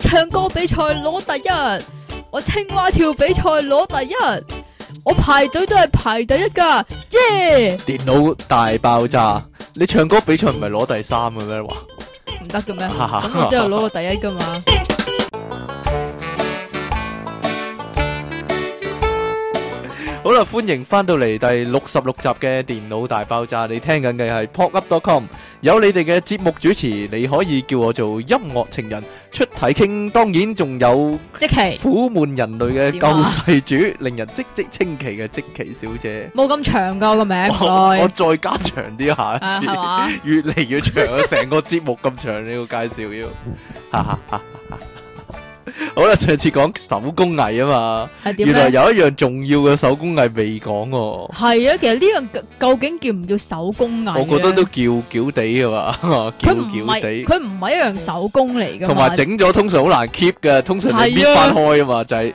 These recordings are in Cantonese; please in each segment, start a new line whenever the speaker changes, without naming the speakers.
唱歌比賽攞第一，我青蛙跳比賽攞第一，我排隊都係排第一噶，耶！
電腦大爆炸，你唱歌比賽唔係攞第三嘅咩？哇！
唔得嘅咩？ 咁我都有攞過第一噶嘛。
好啦，歡迎翻到嚟第六十六集嘅電腦大爆炸，你聽緊嘅係 popup.com，有你哋嘅節目主持，你可以叫我做音樂情人出體傾，當然仲有
即期
苦悶人類嘅
點啊
救世主，令人嘖嘖稱奇嘅積淇小姐。
冇咁長噶個名，唔
我
該。
我再加長啲下
啊，
一
係
次，
嘛？
越嚟越長啊！成個節目咁長，呢個介紹要，哈哈哈哈好啦，上次講手工藝啊嘛，
係點
原來
咧？
有一樣重要嘅手工藝未講喎，我
係啊，其實呢樣究竟叫唔叫手工藝
覺得
呢
都叫叫地噶嘛， 叫
佢唔
叫
係
地，
佢唔係一樣手工嚟噶
同埋整咗通常好難 keep 嘅，通常你
係
搣
啊
翻開啊嘛，就係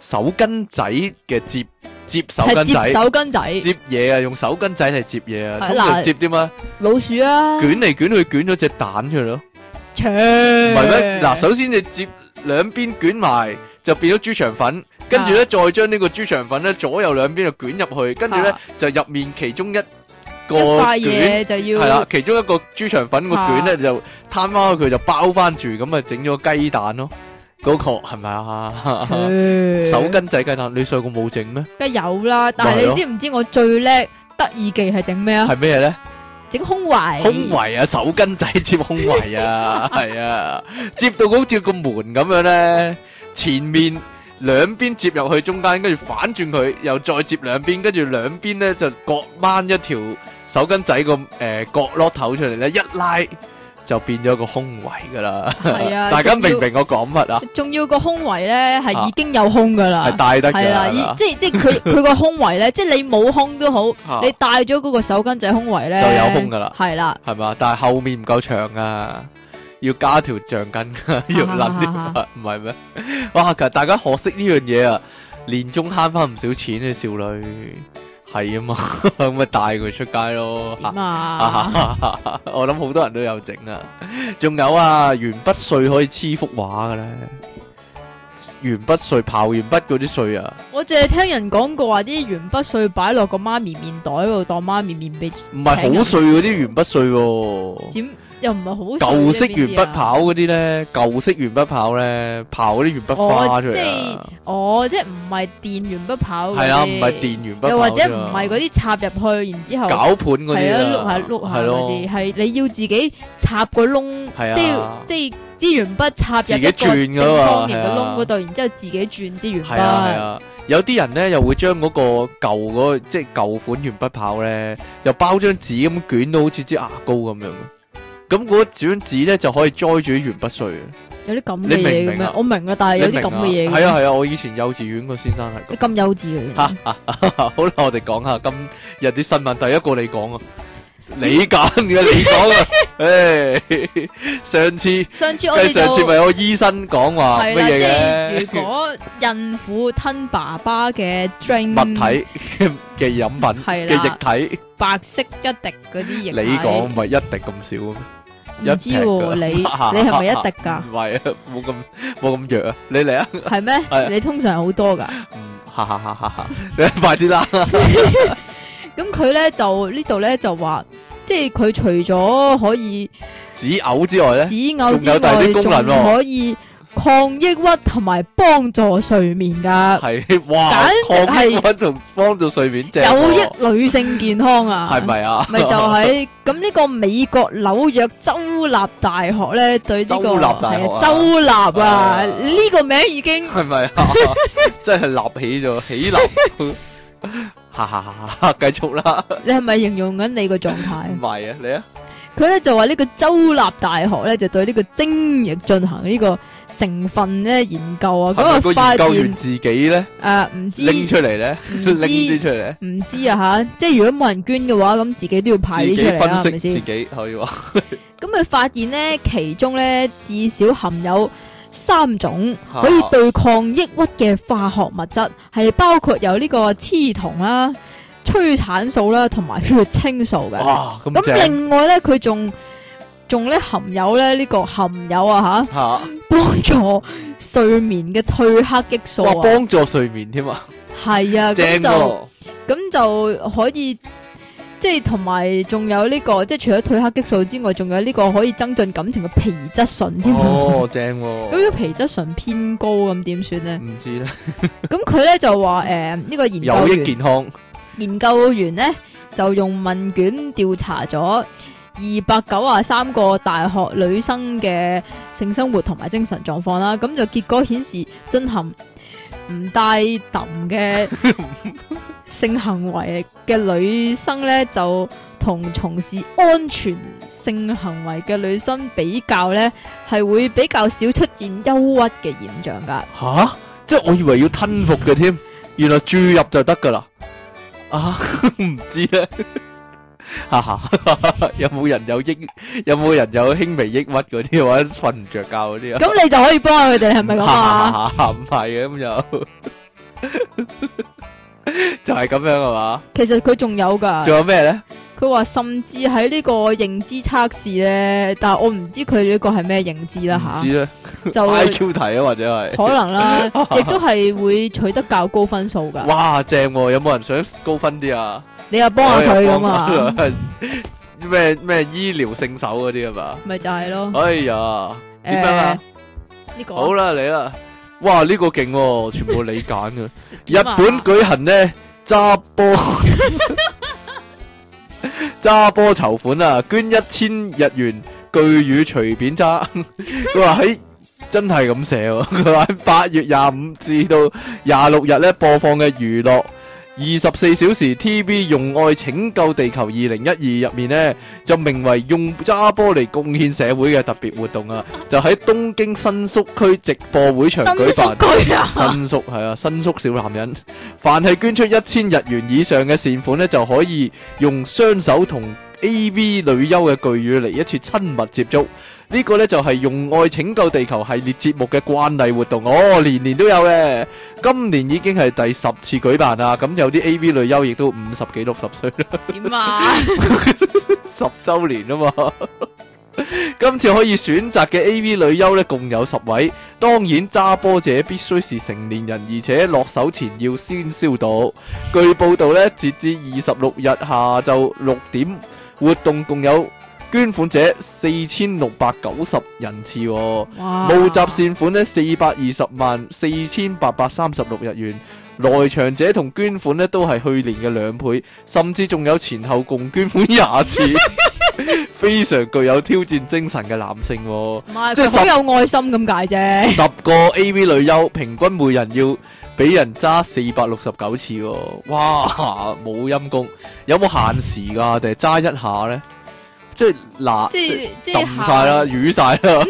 手巾仔嘅接接手
係
巾
接
仔。
手巾仔、
接嘢啊，用手巾仔嚟接嘢啊，
係
通常
嗱
接啲乜？
老鼠啊、
捲嚟捲去捲咗隻蛋出嚟咯。
長
唔
唔
係咩？嗱，首先你接兩邊捲埋，就變咗豬腸粉。跟住咧，再將呢個豬腸粉咧左右兩邊就捲入去，跟住咧
啊
就入面其中一個
一塊
卷，
嘢就
係
要
啦，其中一個豬腸粉個卷咧
啊
就攤翻開佢就包翻住，咁啊整咗個雞蛋咯。嗰個係咪啊？
長
手巾仔雞蛋，你細個冇整咩？
梗係有啦，但
咪係
係
咯
你知唔知我最叻得意技係整咩啊？
係咩咧？
整胸圍，
胸圍啊，手巾 仔接胸圍啊，係啊，接到好似個門咁樣咧，前面兩邊接入去中間，跟住反轉佢，又再接兩邊，跟住兩邊咧就各掹一條手巾仔個誒、呃角落頭出嚟咧，一拉就變咗個胸圍噶啦。
係 啊
大家明
仲
唔
要
明我講乜啊？
仲要個胸圍咧
啊
係已經有胸噶啦
係，戴得
係啦，已
㗎，
即係即係佢 佢個胸圍咧，即係你冇胸都好，
嚇
你戴咗嗰個手巾仔胸圍咧
啊就有胸㗎啦啊
係啦，
係嘛？但係後面唔夠長啊，要加條橡筋啊，要撚啲，唔係咩？哇！其實大家學識呢樣嘢啊，年中慳翻唔少錢嘅少女係啊嘛， 咁咪帶佢出街咯。
點啊？
我諗好多人都有整啊，仲有啊，鉛筆碎可以黐幅畫嘅咧，鉛筆碎、刨鉛筆嗰啲碎啊，
我淨係聽人講過話啲鉛筆碎擺落個媽咪面袋嗰度當媽咪面俾，
唔
唔
係好碎嗰啲鉛筆碎喎、
點又唔係好
舊式
碎嘅
鉛
邊啲
筆
啊
刨嗰啲咧，舊式鉛筆刨咧，刨嗰啲鉛筆花
哦
出，
即
嚟
係
啊，
哦，即係唔係電鉛筆跑嗰啲
係啦，唔係電鉛筆刨啫嘛，
哦
啊
又或者唔係嗰啲插入去，然之後
攪盤嗰
係
啲
啊碌
啊，
下碌下
係
嗰
咯
啲，係你要自己插個窿，
係啊
即係即係支鉛筆插入一個
自己轉
正
㗎嘛
方形嘅
係啊
窿嗰度，然之後自己轉支鉛
係啊係
筆，
啊，有啲人咧又會將嗰個舊嗰個即係舊款鉛筆刨咧，又包張紙咁捲到好似支牙膏咁樣。咁嗰張紙咧就可以載住啲鉛筆碎嘅，
有啲咁
你
嘅
明唔
嘢嘅
明啊
咩？我明啊，但係有啲咁嘅嘢
係
嘅，
啊係啊，我以前幼稚園個先生係咁。
你咁幼稚嘅
嚇
原來，
好啦，我哋講下今日啲新聞。第一個你講啊，你揀嘅，你 講啊。唉，上次
上次我哋
上次咪
就。
有個醫生講話
係
乜
啦，即
嘢
係 如
嘅
果孕婦吞爸爸嘅 drink
物體嘅飲品
係啦
嘅液體，
白色一滴嗰啲液體，
你講唔係一滴咁少咩？
唔知喎，你你係咪一滴 㗎？
唔係啊，冇咁冇咁弱啊！你嚟啊，
係
係
咩？
啊
你通常好多㗎。
嗯，哈哈哈哈哈！你快啲啦，
咁佢咧就呢度咧就話，即係佢除咗可以
止嘔之外咧，
止嘔之
仲有第
外，
二啲功
仲
能喎
可以抗抑鬱同埋幫助睡眠噶，
係哇，
簡直
抗抑
係
鬱同幫到睡眠
有
正喎，
益女性健康啊。
係？咪啊？
咪就係咁呢個美國紐約州立大學咧對呢個
州立大學啊
係州立
啊
啊呢個名已 經
系咪啊？真系立起咗，起立。 哈哈哈哈！繼續啦，
你係咪形容緊你個狀
唔
態？
係啊，你啊，
佢咧就話呢個州立大學咧就對呢個精液進行呢個成分咧研究啊，咁
係咪
啊
個
發
研究員
現。
自己咧
诶，呃唔知
拎出嚟咧，
唔
拎啲
知
出嚟呢，
唔知啊吓，即系如果冇人捐嘅話，咁自己都要派
自
啲出
己
嚟啊啦，係
分
咪
析自
先？
己可以話
咁佢發現咧，其中咧至少含有三種
嚇
可以對抗抑鬱嘅化學物質，係包括有呢個雌酮啦、催產素啦，同埋血清素嘅。
哇咁
咁
正，
另外咧，佢仲仲咧含有咧呢、個含有啊
吓，哇
吓，幫助睡眠嘅褪黑激素啊，
幫助睡眠添啊，
係啊，
正
咁就
喎，
咁就可以。即係同埋仲有呢、個，即係除咗褪黑激素之外，仲有呢個可以增進感情嘅皮質醇添啊。
哦正
咁如
喎，
果皮質醇偏高咁點算咧？
唔知咧，
咁佢咧就話诶呢個研
有
究
益
員
健康，
研究員咧就用問卷調查咗二百九啊三個大學女生嘅性生活同埋精神狀況啦，咁就結果顯示進行唔帶揼嘅性行為嘅女生咧，就同從事安全性行為嘅女生比較咧，係會比較少出現憂鬱嘅現象㗎。
吓，即係我以為要吞服嘅添，原來注入就得噶啦， 啊唔知咧。哈哈，有冇人有抑？有冇人有輕微抑鬱嗰啲，或者瞓唔着覺嗰啲啊？
咁你就可以幫下佢哋，係咪 咁啊？
唔係嘅，咁就-就係咁樣係嘛？
其實佢仲有㗎。
仲有咩呢？
佢話甚至喺呢個認知測試咧，但系我唔知佢呢個係咩認知
Ừ,
啦吓，
唔知呢，
就
IQ 題啊，或者係。
可能啦，亦都係會取得較高分數㗎。
哇，正喎，有冇人想高分啲啊？
你又幫下佢咁啊，
咩- à, 咩醫療聖手嗰啲啊嘛？
咪就係咯。
哎呀，
誒
點樣啊？
呢個
好啦，嚟啦。哇，呢個勁喎，全部你揀嘅。
點啊？
日本舉行呢，揸波- 揸波籌款啊，捐1000日元，巨乳隨便揸。佢話喺-真係咁寫喎，佢話喺8月25至到26日呢，播放嘅娛樂24小時 TV 用愛拯救地球2012入面呢，就名為用揸波嚟貢獻社會嘅特別活動啊，就喺東京新宿區直播會場舉辦。
新宿區啊，
新宿系啊，新宿小男人，凡係捐出一千日元以上嘅善款呢，就可以用雙手同 A.V. 女優嘅巨乳嚟一次親密接觸。呢、個呢，就係用愛拯救地球系列節目嘅慣例活動，哦，年年都有嘅。今年已經係第十次舉辦啦，咁有啲 A.V. 女優亦都五十幾六十歲啦，
點 啊？
十週年啊嘛。今次可以選擇嘅 A.V. 女優呢，共有十位。當然，揸波者必須是成年人，而且落手前要先消毒。據報道呢，截至二十六日下晝六點，活動共有捐款者四千六百九十人次、喎。
哇！
募集善款呢，四百二十萬四千八百三十六日元，來場者同捐款呢都係去年嘅兩倍，甚至仲有前後共捐款廿次，非常具有挑戰精神嘅男性、喎。
唔係
即係
佢好有愛心咁解 啫。
十個 A.V. 女優平均每人要俾人揸四百六十九次喎、哇，冇陰功，有冇限時㗎？定係揸一下咧？即係嗱，
即係即係
揼晒啦，瘀晒啦。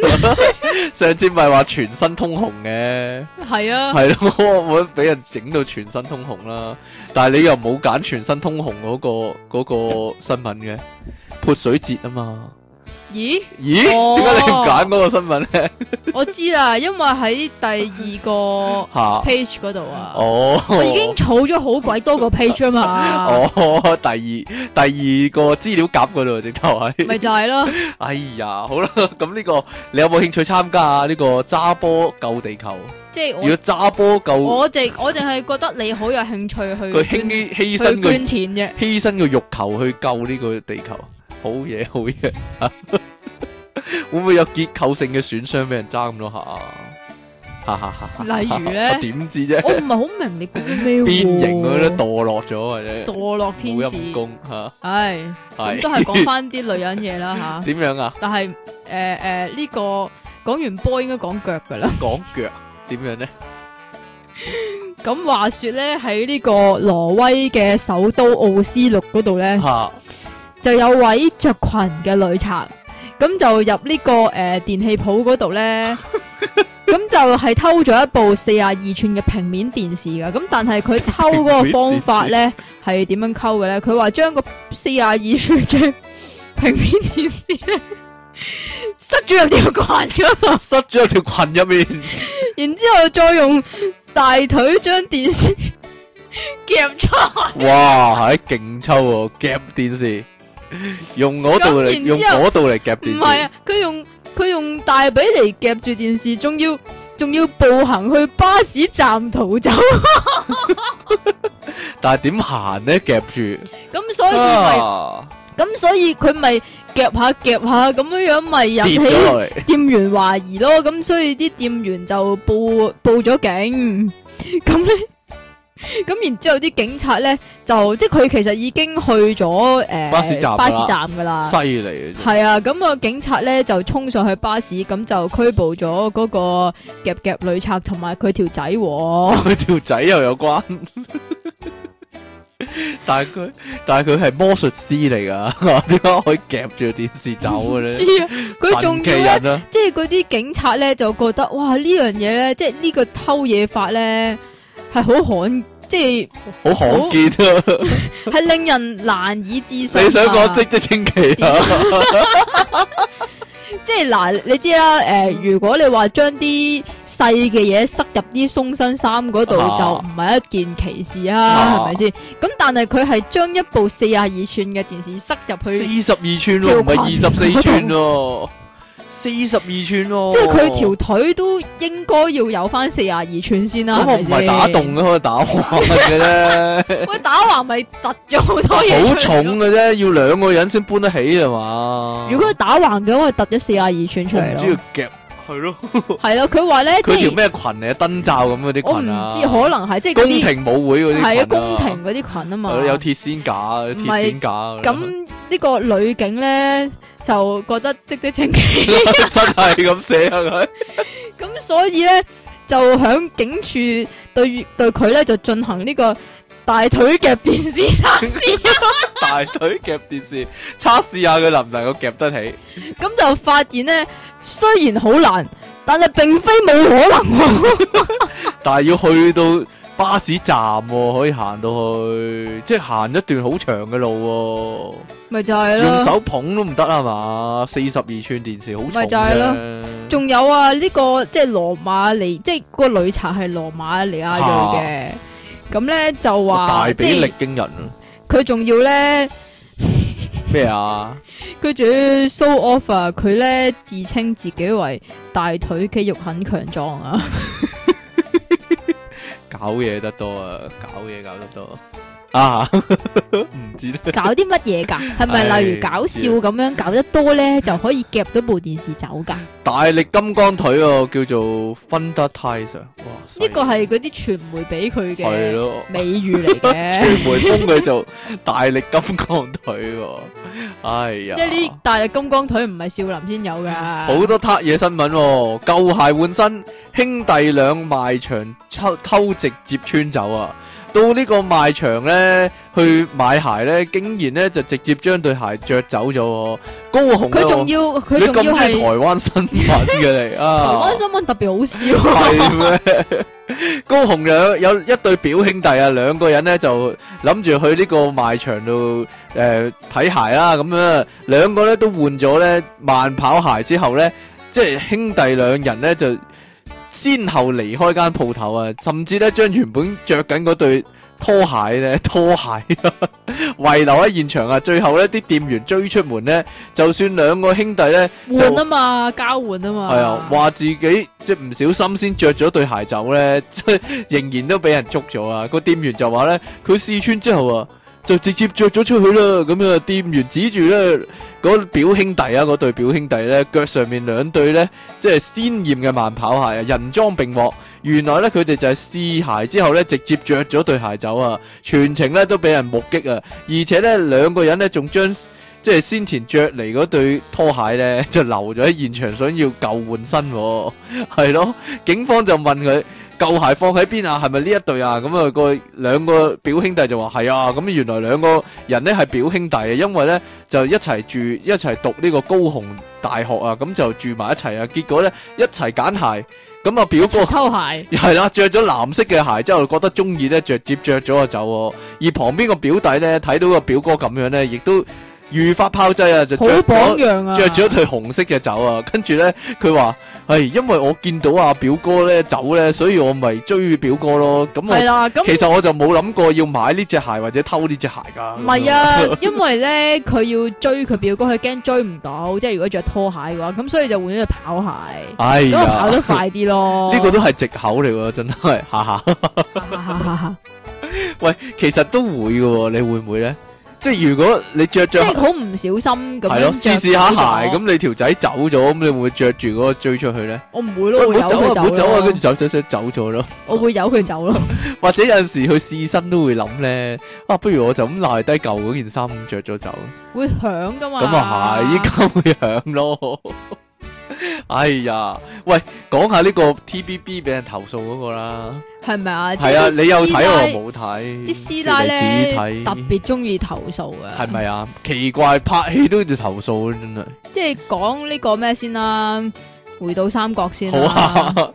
上次咪話全身通紅嘅，
係啊，
係咯，我我俾人整到全身通紅啦。但係你又冇揀全身通紅嗰、個嗰、個新聞嘅潑水節啊嘛？
咦？
咦？點解、
哦
你唔揀嗰個新 聞咧？
我知啦，因為喺第二 個
嚇、
page 嗰度啊，
哦，
我已經儲咗好鬼多個 page 啊嘛，
哦，第二第二個資料夾嗰度啊直頭係，
咪就係咯。
哎呀，好啦， 咁呢、個你有冇興趣參加啊？呢、個揸波救地球，
即係
如
我
果揸波救
我淨我淨係覺得你好有興趣
佢
去捐
犧犧牲
去
個
捐錢啫。
犧牲個肉球去救呢個地球，好嘢好 嘢，會唔會有結構性嘅損傷俾人爭咁多下啊？哈哈哈哈！
例如呢
我點知啫？
我唔係好明你講咩喎。
變形啊嗰啲墮落咗或者
墮落天
冇陰
使，
功嚇，
唉，
係
咁都係 講翻啲女人嘢啦吓。
點樣啊？
但係诶诶呢個講完波應該講腳㗎啦。
講腳點樣咧？
咁話说咧喺呢個挪威嘅首都奧斯陸嗰度咧，
嚇
就有位着裙嘅女賊，咁就入呢、個个诶、呃电器鋪嗰度咧，咁就係偷咗一部四廿二寸嘅平面電視噶，咁但係佢偷嗰個方法咧係點樣溝嘅咧？佢話將個四廿二寸嘅 平面電視咧 塞咗入條裙咗，
塞咗入條裙入面，
然之后再用大腿將電 視夾出，
哇，係勁抽喎，夾電視，用嗰度
咁
嚟，
然之後
用嗰度嚟夾
唔
電
係
視
啊，，佢用佢用大髀嚟夾住電視，仲要仲要步行去巴士站逃走，
但係點行咧？夾住，
咁所以咪
啊
咁所以佢咪夾下夾下咁樣樣咪
跌
引
咗
起
落嚟，
店員懷疑咯，咁所以啲店員就報報咗警， 咁咧。咁然之後啲警察咧就即係佢其實已經去咗誒、呃
巴士站㗎啦
巴士站噶啦，
犀利啊！
系啊，咁啊，警察咧就冲上去巴士，咁就拘捕咗嗰個夾夾女賊同埋佢條仔 喎。
佢哦條仔又有關，但係佢但係佢係魔術師嚟㗎， 點解可以夾住電視走嘅
知
咧？
啊，佢仲要
神奇
咧，
人啊！
即係嗰啲警察咧就覺得，哇呢樣嘢咧，即係呢個偷嘢法咧係好罕，即
好罕見啊！
係係令人難以置信啊。
你想講即即清奇啊？
即係嗱，你知啦，
嗯
诶、如果你話將啲細嘅嘢塞入啲鬆身衫嗰度，
啊
就唔係一件歧視
啊
啊，係咪先？咁但係佢係將一部四廿二寸嘅電視塞入
四
去，
十二寸咯，唔係二十四寸咯，四十二寸咯。
即係佢條腿都應該要有翻四廿二寸先啦，
咁我
係
唔
咪
係
先？
打洞，嘅，我係打橫嘅啫，
喂，打橫咪突咗好 多嘢出
好
嚟
重啊
咯。
嘅啫，要兩個人先搬得起係嘛？
如果佢打橫嘅話，突咗四廿二寸出
我唔
嚟
知要
咯。
夾係咯，
係咯，佢話咧，即
佢條
係
咩裙嚟啊？燈罩咁嗰
我
啲
唔
裙啊？
知，可能係即係嗰
宮
啲
廷舞會嗰啲
係
係
啊，宮廷嗰啲裙啊嘛。
有鐵線架，鐵線架
咁呢個女警咧就覺得即即清 奇，
真係咁寫啊佢。
咁所以咧就響警署對對佢咧就進行呢個大腿夾電視 測試，
大腿夾電視，測試下佢能唔能夠夾得起。
咁就發現咧雖然好難，但係並非冇可 能喎、
但係要去到巴士站喎、可以行到去，即係行一段好長嘅路
咪就係
喎、用
咯。
手捧都唔得啊嘛，四十二寸電視好重
咪就
係
係咯仲有啊，呢、個即係羅馬尼，即係個女賊係羅馬尼亞裔嘅，咁咧、就
大
話
比
即
力
係
驚人啊！
佢仲要咧。
咩啊？
佢仲要 show off 啊！佢咧自稱自己為大腿肌肉很強壯啊！
搞嘢得多啊！搞嘢搞得多啊！ 唔知咧，
搞啲乜嘢㗎？係咪
唉
例如搞笑咁樣搞得多咧，就可以夾到部電視走㗎？
大力金剛腿啊，叫做 Thunder Thighs 啊！哇，
呢個係
係
嗰啲傳媒俾佢
係
嘅
咯。啊
美譽 嚟
傳
嘅，
媒封佢做大力金剛腿喎、哎呀！
即係呢大力金剛腿唔係少林先有㗎。
好多挞嘢新聞喎、舊鞋換新，兄弟兩賣場偷偷直接穿走啊！到呢個賣場呢，去買鞋呢，竟然呢就直接將對鞋着走咗、喎。高雄
佢
啊
仲要
你
佢
咁啊
仲
中意
要係
台
台
灣新聞嘅你啊
灣！新聞特別好 笑啊。
係咩？ 高雄有有一對表兄弟啊，兩個人咧就諗住去呢個賣場度誒睇鞋啦，咁樣兩個咧都換咗咧慢跑鞋之後咧，即係兄弟兩人咧就先後離開間鋪頭啊，甚至咧將原本着緊嗰對。拖鞋咧， 拖鞋啊，遺留喺現場啊！最後咧，啲店員追出門咧，就算兩個兄弟咧
換啊嘛，交換啊嘛。
系啊，話自己即係唔小心先着咗對鞋走咧，即係 仍然都俾人捉咗啊！個店員就話咧，佢試穿之後啊，就直接着咗出去啦。咁啊，店員指住咧嗰表兄弟啊，嗰對表兄弟咧腳上面兩對咧，即係鮮豔嘅慢跑鞋啊，人裝並獲。原來咧佢哋就係試鞋之後咧，直接着咗對鞋走啊！全程咧都俾人目擊啊，而且咧兩個人咧仲將即係先前着嚟嗰對拖鞋咧， 就留咗喺現場，想要舊換新、喎，係咯。警方就問佢舊鞋放喺邊啊？係咪呢一對啊？咁啊，個兩個表兄弟就話係啊。咁原來兩個人咧係表兄弟嘅，因為咧就一齊住一齊讀呢個高雄大學啊，咁就住埋一齊啊。結果咧一齊揀鞋，咁啊表哥。
偷 鞋，
系啦，着咗藍色嘅鞋之後，覺得中意咧，着接着咗就走、喎。而旁邊個表弟咧，睇到個表哥咁樣咧，亦都如法炮製啊，就
好
着
榜
咗
樣啊！
着咗對紅色嘅酒啊，跟住咧佢話係因為我見到阿表哥咧走咧，所以我咪追表哥咯。咁
係
我
啦，咁
其實我就冇諗過要買呢只鞋或者偷呢只鞋噶。
唔係啊，因為咧佢要追佢表哥，佢驚追唔到，即係如果着拖鞋嘅話，咁所以就換咗對跑鞋，
哎
咁咪跑
呀，
得快啲咯。
呢個都係藉口嚟喎，真係，哈哈。
都
喂，其實都會嘅喎，你會唔會咧？即係如果你着
即
着
係好唔小心咁
係咯，
樣着
試試下
咗
鞋，，咁你條仔走咗，咁你會唔會着住嗰個追出去咧？
我唔會
喂
咯，
唔
我會
好走啊，唔好
佢
走
走
啊，跟
咯
住，走走走走咗咯。
我會由佢走咯。
或者有陣時去試身都會諗咧，啊，不如我就咁賴低舊嗰件衫咁着咗走，
會響噶嘛？
咁啊係，依家會響咯。 哎呀，喂，講下呢個 TBB 俾人投訴嗰個啦，
係咪啊？
係啊，
即係啲
你有
師
睇
奶
我冇睇，
啲師奶
你
咧
哋自己睇
特別中意投訴嘅，
係？咪啊？奇怪，拍戲都要投訴，真係
即係講呢個咩先啦？回到三國先
好
啦。
啊！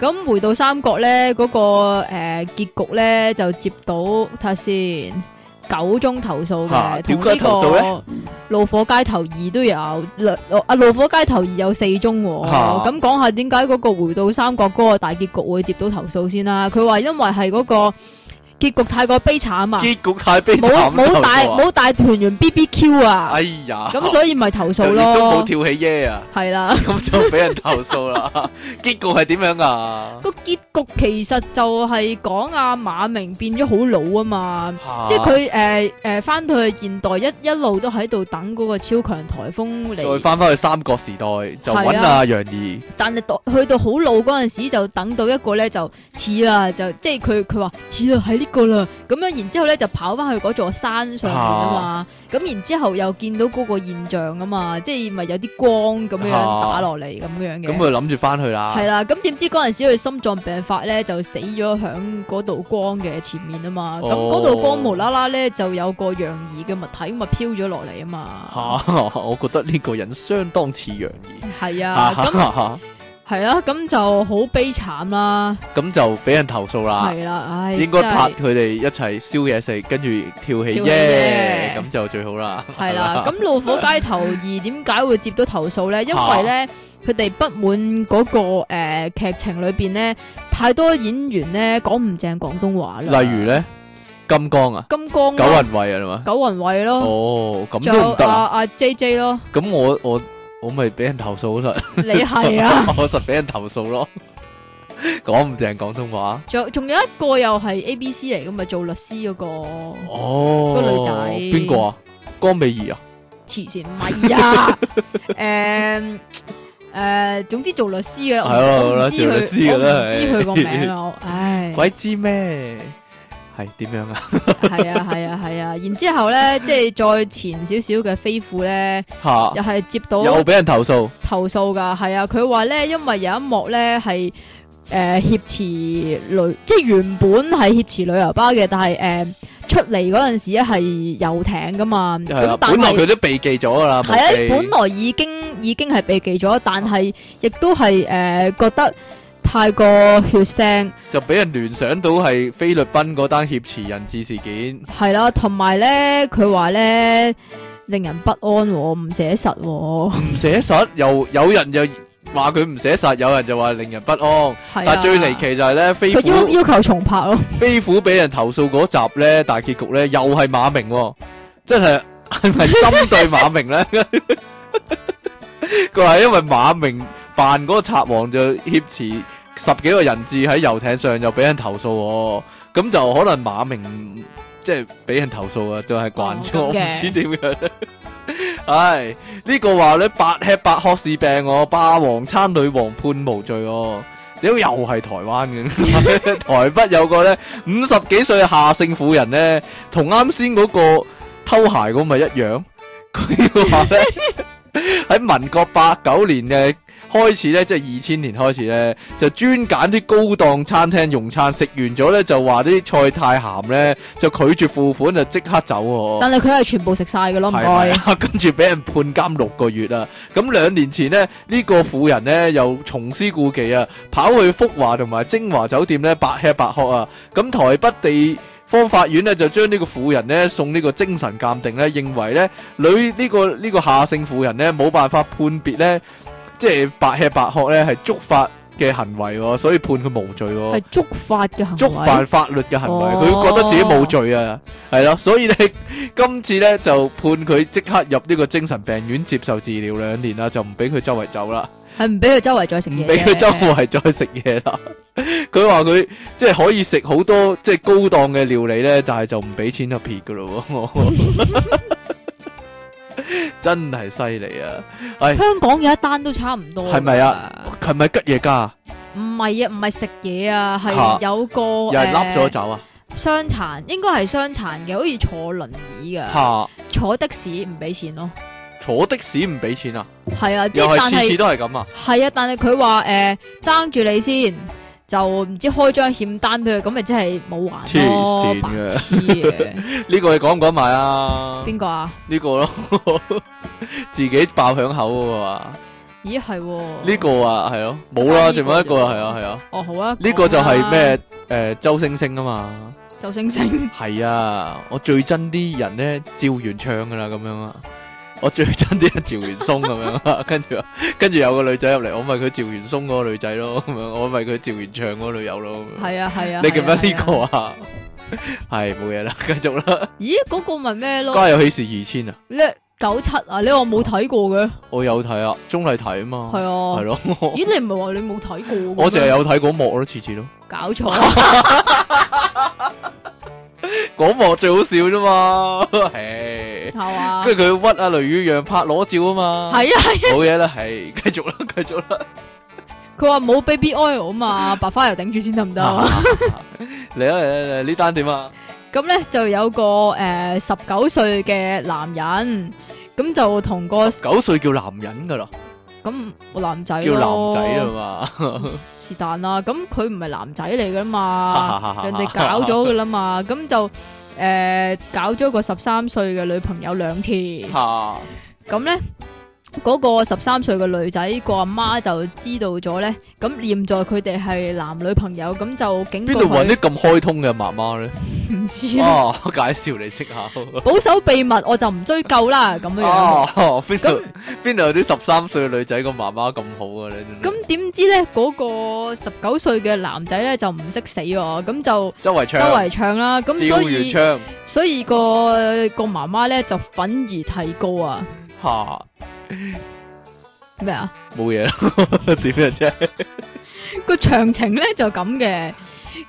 咁回到三國咧，嗰、個诶、呃、结局咧就接到睇下先九宗投訴
嚇
嘅，同
點解
呢
投訴
個怒火街頭二都有兩啊怒火街頭二有四宗喎、
嚇
咁講下點解嗰個回到三國嗰個大結局會接到投訴先啦？佢話因為係嗰個結局太過悲慘啊，
結局太 悲
冇冇
慘，
大
投訴啊，
冇大團圓 BBQ 啊，
哎呀，
咁所以咪投訴
就亦都冇
咯，
跳起耶啊，
係啦。
咁就俾人投訴 啦。結局係點樣啊？
個結局其實就係講阿馬明變咗好老啊嘛，即係佢诶诶翻到去現代一一路都喺度等嗰個超強颱風
再
嚟，
翻翻去三國時代，就
係
揾
啊
阿楊怡，
但係到去到好老嗰陣時就等到一個咧就似啦，就即係佢佢話似啊啦喺呢個啦，咁樣然之後咧就跑翻去嗰座山上面啊嘛，咁、然之後又見到嗰個現象啊嘛，即係咪有啲光咁樣
啊
打落嚟咁樣嘅。
咁佢諗住翻去啦。
系啦，咁點知嗰陣時佢心臟病發咧，就死咗響嗰道光嘅前面啊嘛。咁
哦
嗰道光無啦啦咧就有個楊怡嘅物體咁啊飄咗落嚟啊嘛。
嚇，我覺得呢個人相當似楊怡。
係 啊，咁
咁
係啦，咁就好悲慘啦，
咁就俾人投訴啦。
係啦，唉，
啊應該
真係
拍佢哋一齊燒嘢食，跟住跳起
跳起
耶，
耶
咁就最好啦。
係 啦。咁怒火街頭二點解會接到投訴咧？因為咧。 佢哋不滿嗰、個誒、呃、劇情裏邊咧，太多演員咧講唔正廣東話啦。
例如，咧，金剛啊，
金剛
九
啦、
雲慧啊，係嘛？
九雲偉咯。
哦，咁
仲有
都唔得
阿
啊！
阿 J J 咯，
咁我我我咪俾人投訴實，
你係 啊，
我實俾人投訴咯。講唔正廣東話。
仲有仲有一個又係 A B C 嚟噶嘛，做律師嗰個
哦，
個女仔
邊個啊？江美儀啊？
慈善唔係 啊，誒誒，總之做律師嘅，
係啊
我
好啦
唔知佢，我唔
做律師㗎啦
知佢個名啊， 唉，
鬼知咩？係點樣啊？
係啊係啊係啊，然之後咧，即係再前少少嘅飛虎咧，又
吓，
係接 到
又俾人投訴，
投訴㗎，係啊，佢話咧，因為有一幕咧係誒挟持旅，即係原本係挟持旅遊巴嘅，但係誒、呃出嚟嗰陣時咧係遊艇㗎嘛，
係啦
咁。但
本來
係
佢都避忌咗噶啦，
係啊
無忌，
本來已經已經係避忌咗，但
啊
係亦都係誒、呃、覺得太過血腥，
就俾人聯想到係菲律賓嗰單挟持人質事件。
係啦、同埋咧佢話咧令人不安喎、唔寫實喎、
唔寫實，又有人又話佢唔寫實，有人就話令人不安。
係啊。
但最離奇就係咧，飛
佢要
虎
要求重拍咯，
飛虎俾人投訴嗰集咧，大結局咧又係馬明、喎，真係係咪針對馬明咧？ 佢話因為馬明扮嗰個賊王就挟持十幾個人質喺遊艇上，又俾人投訴、喎，咁就可能馬明即係俾人投訴啊，就係慣咗，
哦咁
我唔
嘅
知點樣 呢。唉，呢、個話咧百吃百喝是病喎、霸王餐女王判無罪喎、屌又係台灣嘅， 台北有個咧五十幾歲嘅下姓婦人咧，同啱先嗰個偷鞋嗰個咪一樣。 佢話咧喺民國八九年嘅開始咧，即係二千年開始咧，就專揀啲高檔餐廳用餐，食完咗咧就話啲菜太鹹咧，就拒絕付款就即刻走喎、
但係佢係全部食晒㗎咯，唔
係
該
咪。啊？ 跟住俾人判監六個月啊！咁兩年前呢，呢、個婦人呢又重施故技啊，跑去福華同埋精華酒店呢，白吃白喝啊！咁台北地方法院咧就將呢個婦人咧送呢個精神鑑定咧，認為咧女呢、個呢、個下姓婦人咧冇辦法判別咧，即係白吃白喝咧係觸法嘅行為喎，所以判佢無罪喎。
系觸法嘅行為
哦觸犯法律嘅行為，佢、
哦
覺得自己冇罪啊，係咯，所以咧 今次咧就判佢即刻入呢個精神病院接受治療兩年啦，就唔俾佢周圍走啦，
係唔俾佢周圍再食
唔
嘢，
俾佢周。圍再食嘢啦。 佢話佢即係可以食好多即係高檔嘅料理咧，但係就唔俾錢就撇噶咯 喎，真係犀利啊！
香港有一單都差唔多，
係咪啊？係咪吉野家啊
唔係啊，唔係食嘢啊，
嚇
係有個
又係笠咗
誒
走啊？
傷殘，應該係傷殘嘅，好似坐輪椅
嚇、
噶，坐的士唔俾錢咯。
坐的士唔俾錢啊？
係啊，即
又
係
係
但
次次
係
都係咁啊？
係啊，但係佢話诶爭住你先。就唔知開張欠單俾佢，咁咪即係冇還咯，
黐線
白
嘅
痴 嘅
呢個你講唔講埋啊？
邊個啊？
呢個咯，自己爆響口嗰個
哦
啊，
咦係喎，
呢個啊係咯，冇啦，
呢個
仲有一個
啫
啊，係啊係啊，
哦好啊，
呢個就係
哦
咩誒周星星啊嘛，
講啦？周星星
係啊，我最憎啲人咧照完唱噶啦咁樣啊。我最憎啲人趙元松咁樣 啊，跟住跟住有個女仔入嚟，我咪佢趙元松嗰個女仔咯，咁樣我咪佢趙元暢嗰個女友咯。咁樣
係啊係啊，啊
你記唔記得呢個
個？
啊？係冇嘢啦，繼續啦。
咦嗰個咪咩咯？
家有喜事二千啊，
咧九七啊？你話冇睇過 嘅？
我有睇啊，鍾麗睇啊嘛。
係啊，
系咯，
咦，你唔係話你冇睇過嘅咩？
我淨係有睇嗰幕咯，次次咯，
搞 錯，
嗰幕最好笑啫嘛， 唉
係嘛？係
跟住佢屈阿雷宇陽拍裸照啊嘛，
啊係啊，
冇嘢啦，係繼續 啦，繼續啦，
佢話冇 baby oil 啊 嘛，白花油頂住先得唔得啊？
嚟啊嚟啊嚟啊，呢單點啊？
咁咧就有個诶十九歲嘅男人，咁就同個咁
九歲叫男人噶啦，
男仔
叫
咯
男仔啊，嘛，
是但啦。咁佢唔係男仔嚟 噶嘛，啊人
人
哋搞咗噶啦嘛，咁就诶搞咗個十三歲嘅女朋友兩次。
吓，
咁咧，嗰、個十三歲嘅女仔個阿媽就知道咗咧，咁念在佢哋係男女朋友，咁就警
邊
告
度揾
佢
啲咁開通嘅媽媽咧？
唔知啊，
哦，介紹你識下。
保守秘密我就唔追究啦，咁樣樣。
哦，邊度
啊咁
邊度有啲十三歲嘅女仔個媽媽咁好啊？你真係
咁點知咧，嗰、個十九歲嘅男仔咧就唔識死喎，咁就
周圍唱，
周圍唱啦，咁所
照完
以
唱。
所以個個媽媽咧就憤而提告啊，
吓，
咩啊？
冇嘢啦，點樣啫？
個詳情咧就咁嘅。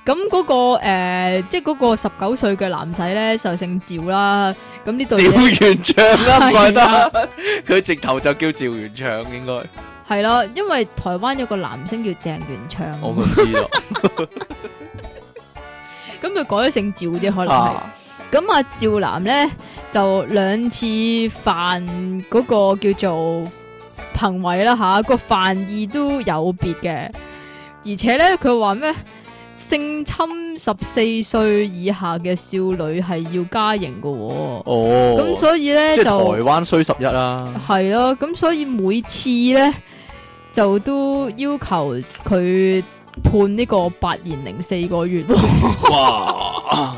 咁嗰、個呃即係嗰個十九歲嘅男仔咧就姓趙啦。咁呢度
趙元暢啦，唔怪
係啊
得佢直頭就叫趙元暢，應該
係啦，因為台灣有個男星叫鄭元暢，
我唔知啊 咯。
咁佢改咗姓趙啫，可能係。
啊，
咁啊趙男咧就兩次犯嗰個叫做行為啦吓，個犯意都有別嘅，而且咧佢話咩性侵十四歲以下嘅少女係要加刑嘅喎、
哦，
咁所以咧
即係
就
台灣衰十一啊啦，
係咯，咁所以每次咧就都要求佢判呢個八年零四個月喎，
哦哇！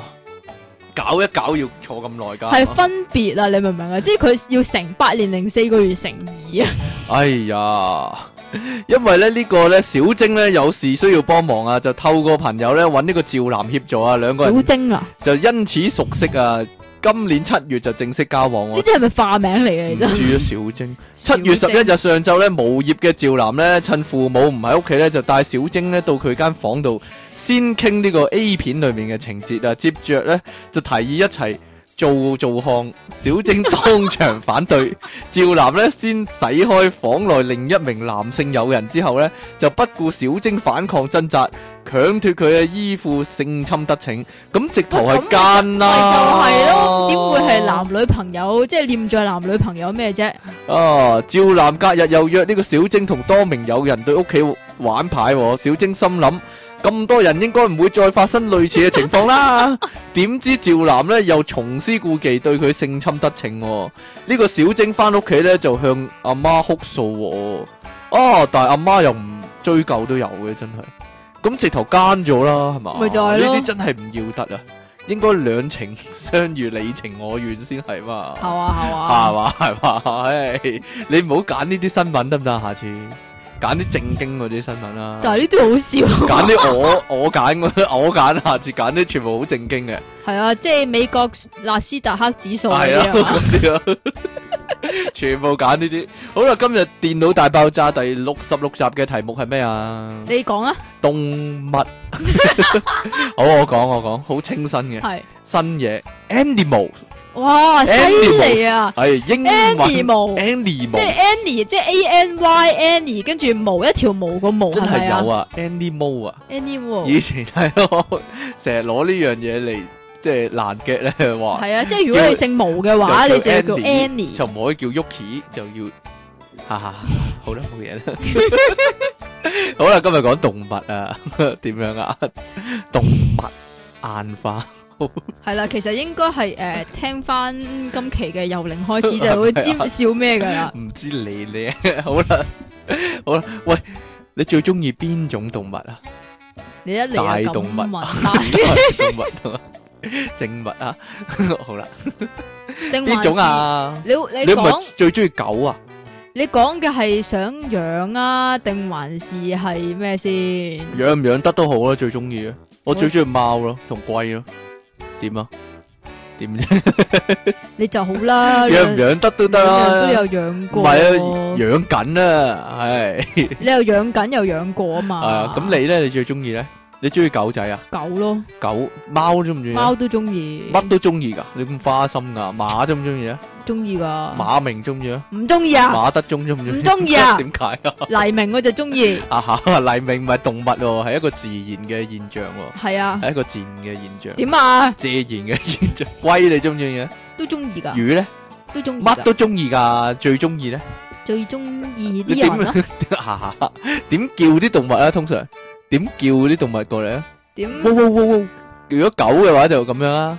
搞一搞要坐咁耐 㗎，
係分別啊，你明唔明啊？即係佢要乘八年零四個月乘二啊，
哎呀，因為咧呢、呢個咧小晶咧有事需要幫忙啊，就透過朋友咧揾呢個趙南協助啊，兩個
小
人
精啊，
就因此熟悉啊，今年七月就正式交往喎
呢。啲係咪化名嚟嘅？
唔
其實
知啊，小晶。七月十
小
一
精
日上晝咧，無業嘅趙南咧，趁父母唔喺屋企咧，就帶小晶咧到佢間房度，先傾呢個 A 片裏面嘅情節啊。接着咧就提議一齊做做項，小晶當場 反對。趙南咧先洗開房內另一名男性友人之後咧，就不顧小晶反抗掙扎，強脱佢嘅依附性侵得逞。咁直頭
喂
係
咁
奸
咪
啦，
就係咯，點會係男女朋友？即係念在男女朋友咩啫？
啊！趙南隔日又約呢個小晶同多名友人到屋企玩牌、喎。小晶心諗咁多人應該唔會再發生類似嘅情 況啦。點知趙南呢又重施故技對佢性侵得逞、喎。呢、個小晶翻屋企呢就向阿媽哭訴、喎。啊！但係阿媽又唔追究都有嘅，真係。咁直頭奸咗啦，係嘛？
咪就係
呢
咯
啲真係唔要得啊！應該兩情相悦，你情我願先係嘛，
係啊係
係
啊，
嘛係嘛，唉，你唔好揀呢啲新聞得唔啊得？下次揀啲正經嗰啲新聞啦。
但係呢啲好笑啊。
揀啲我 我揀嗰我揀，下次揀啲全部好正經嘅，
係啊，即係美國納斯達克指數嗰
係啊
啲啊嘛。
咁啲啊， 全部揀呢啲。好啦，今日電腦大爆炸第六十六集嘅題目係咩啊？
你講 啊，
動物。好，我講我講，好清新嘅
係
新嘢，animal
哇，犀
Animals
利啊
係英文
！Animal，即
animal，
係 Annie，即係 A N Y Annie，跟住毛一條毛個毛
真
係咪
係有
啊
啊，animal 啊，以
？Animal
前係我 成日攞呢樣嘢嚟即係爛嘅咧，話。
係啊，即係如果你姓毛嘅話，
就
你就要叫
Andy，
Annie。
就唔可以叫 Yuki，就要 哈哈，好啦， 冇嘢啦。好啦，今日講動物啊， 點樣啊？動物硬化
係啦，其實應該係诶聽翻今期嘅由零開始就會 知笑咩㗎啦。
唔知你你 好啦，好啦，喂，你最中意邊種 動物啊？
你一嚟就
大動
咁
物
問， 大
動物動物 靜物啊， 好啦，
定
邊種啊？
還是？你
你
你
唔
講
係最中意狗啊？
你講嘅係想養啊，定還是係咩先？
養唔養得都好啦，最中意嘅。
我
我最中意貓咯，同龜咯。點啊？點 啫？
你就好啦，
養
養
唔養得都得
都
啦。
有養
唔
過。
係啊，養緊啊，係
你又養緊又養過啊嘛。
啊。咁你咧，你最中意咧？你中意狗仔啊？
狗咯，
狗、貓中唔中意啊？
貓都中意，
乜都中意噶，你咁花心噶。馬中唔中意啊？
中意噶。
馬明中唔中意啊？
唔中意啊，
馬德中中唔中意？
唔中意啊
點解啊？
黎明我就中意，
啊哈，黎明唔係動物喎，係一個自然嘅現象喎，
係 啊。
係一個自然嘅現象。
點啊？
自然嘅現象。龜你中唔中意啊？
都中意噶，
魚咧？
都中意㗎。
乜都中意噶，最中意咧？
最中意
你啊
啲 人咯。
點叫啲動物啊？通常點叫啲動物過嚟啊？
點
喔喔喔喔！如果狗嘅話就咁樣啦，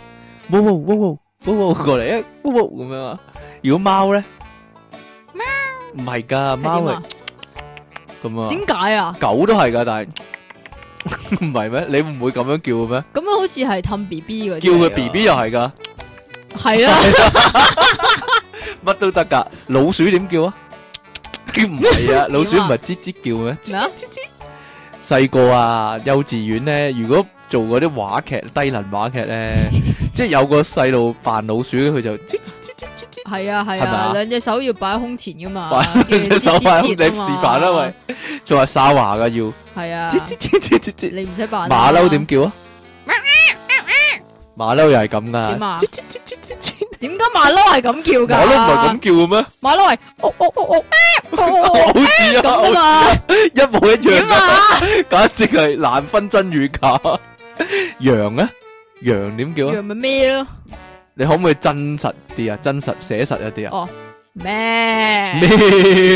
喔喔喔喔喔喔過嚟啊，喔喔咁樣啊。如果貓咧，貓唔係㗎，貓
係點
係
啊？
咁啊。
點解啊？
狗都係㗎， 但係唔係咩？你唔會咁樣叫嘅咩？
咁樣好似係氹 B B 嗰啲嚟㗎。
叫佢 B B 又係㗎，
係 啊，
乜都得㗎。老鼠點叫啊？唔係啊，老鼠唔係吱吱叫咩？
咩啊？
細個啊，幼稚園咧，如果做嗰啲話劇、低能話劇咧，即係有個細路扮老鼠，佢就吱吱吱吱吱吱
係啊係
係咪啊
啊，兩隻手要擺喺胸前噶嘛，跟住
擺隻手
節節
擺空
節
你示
啊嘛
範啦，喂，仲係沙華噶要，吱
係啊，
吱吱吱吱吱，
你唔使扮啦
馬騮點叫啊？馬騮又係咁噶，
點啊
吱吱吱吱吱吱
點解馬騮係咁叫噶？
馬騮唔係咁叫嘅咩？
馬騮係哦哦哦哦哦哦哦
好似
咁啊
啊，
嘛，
一模一樣
點
啊，
啊？
簡直係難分真與假。羊咧，羊點叫啊？
羊咪咩咯？
你可唔可以真實啲啊？真實寫實一啲啊？
哦 咩？
咩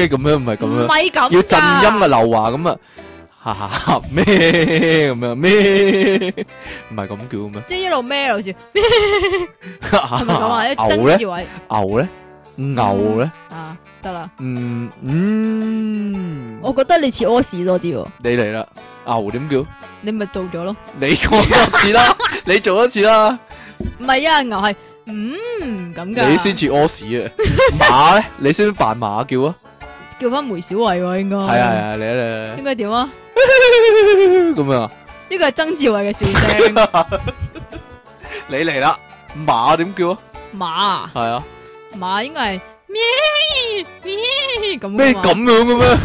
咁樣唔係咁
唔
樣，
係咁㗎，
要震音啊！劉華咁啊，哈哈哈咩咁樣咩？唔係咁叫 咩？
即係一路咩好似係
係
咪咁啊？一
牛
曾
咧
志，偉
牛咧，牛咧，
啊，得啦，
Ừ, 嗯嗯，
我覺得你似屙屎多啲喎，
你嚟啦，牛點叫？
你咪做咗咯。
你講多次啦，你做一次啦，
唔係啊，牛係嗯咁㗎，
你先似屙屎啊！馬咧，你先扮馬叫啊？
叫翻梅小慧喎，應該
係啊係啊，你嚟
應該點啊？
嚟嚟咁樣啊。
呢個係曾志偉嘅笑 聲，
你嚟啦，馬點叫啊？
馬
係啊，
馬應該係咩咩咁㗎嘛
咩咁樣嘅咩？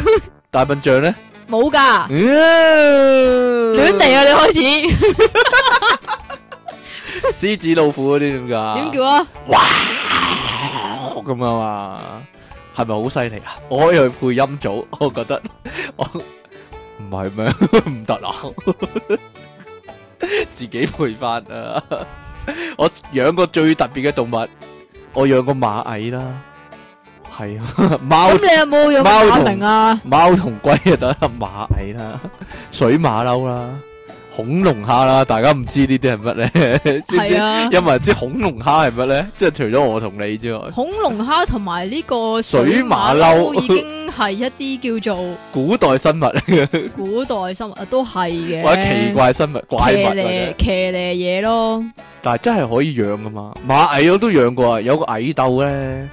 大笨象咧，
冇㗎，
亂 Ừ.
亂嚟！啊！你開始
獅子老虎嗰啲點噶？
點叫啊？
咁啊嘛？係咪好犀利啊？我可以去配音組，我覺得我唔係 咩？唔得啊！自己配翻啊！我養過最特別嘅動物，我養過馬蟻啦，係 啊，貓
咁你有冇養過
貓
馬
同
明啊？
哎猫同龟啊，得啦，蚂蚁啦，水马骝啦，恐龍蝦啦，大家唔知呢啲係乜咧？ 知唔
系
知？
啊，
有冇人知恐龍蝦係乜咧？即係除咗我同你之外，
恐龍蝦同埋呢個
水馬
馬
騮
已經係一啲叫做
古代 生物或
古代生物啊，都係嘅。
者奇怪生物、怪
騎
物嗯或
呢
者，
騎呢嘢咯，
但係真係可以養噶嘛？螞蟻我都養過啊，有個蟻竇咧，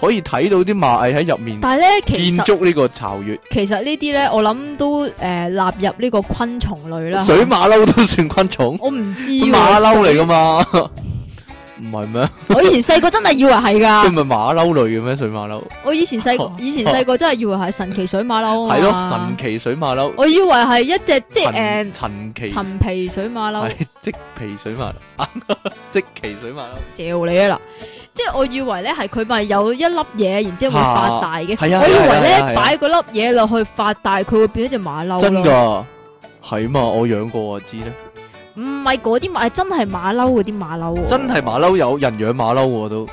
可以睇到啲螞蟻喺入面
但係咧其
建
實
築呢個巢穴。
其實呢啲咧，我諗都诶纳入呢個昆蟲類啦。
水馬騮都算昆蟲，
我唔知
佢
喎
馬騮嚟噶嘛？唔係咩？
我以前細個真係以為係
佢
㗎，
唔係馬騮類嘅咩？水馬騮
我以前細個以前细个真係以為係神奇水馬騮啊。
係哦咯，神奇水馬騮，
我以為係一隻即係呃诶
陳陳奇
陳皮水啊馬騮。
係即皮水馬騮， 即奇水馬騮。
嚼你啊嗱！即系我以為咧係佢咪有一粒嘢，然之后会發大嘅。
係啊
我以為
係啊係啊
咧
係啊
擺嗰粒嘢落去發大，佢會變一隻馬騮咯
真噶，係嘛？我養過我知咧，
唔係嗰啲馬，係真係馬騮嗰啲馬騮喎。
真係馬騮有人養馬騮喎都，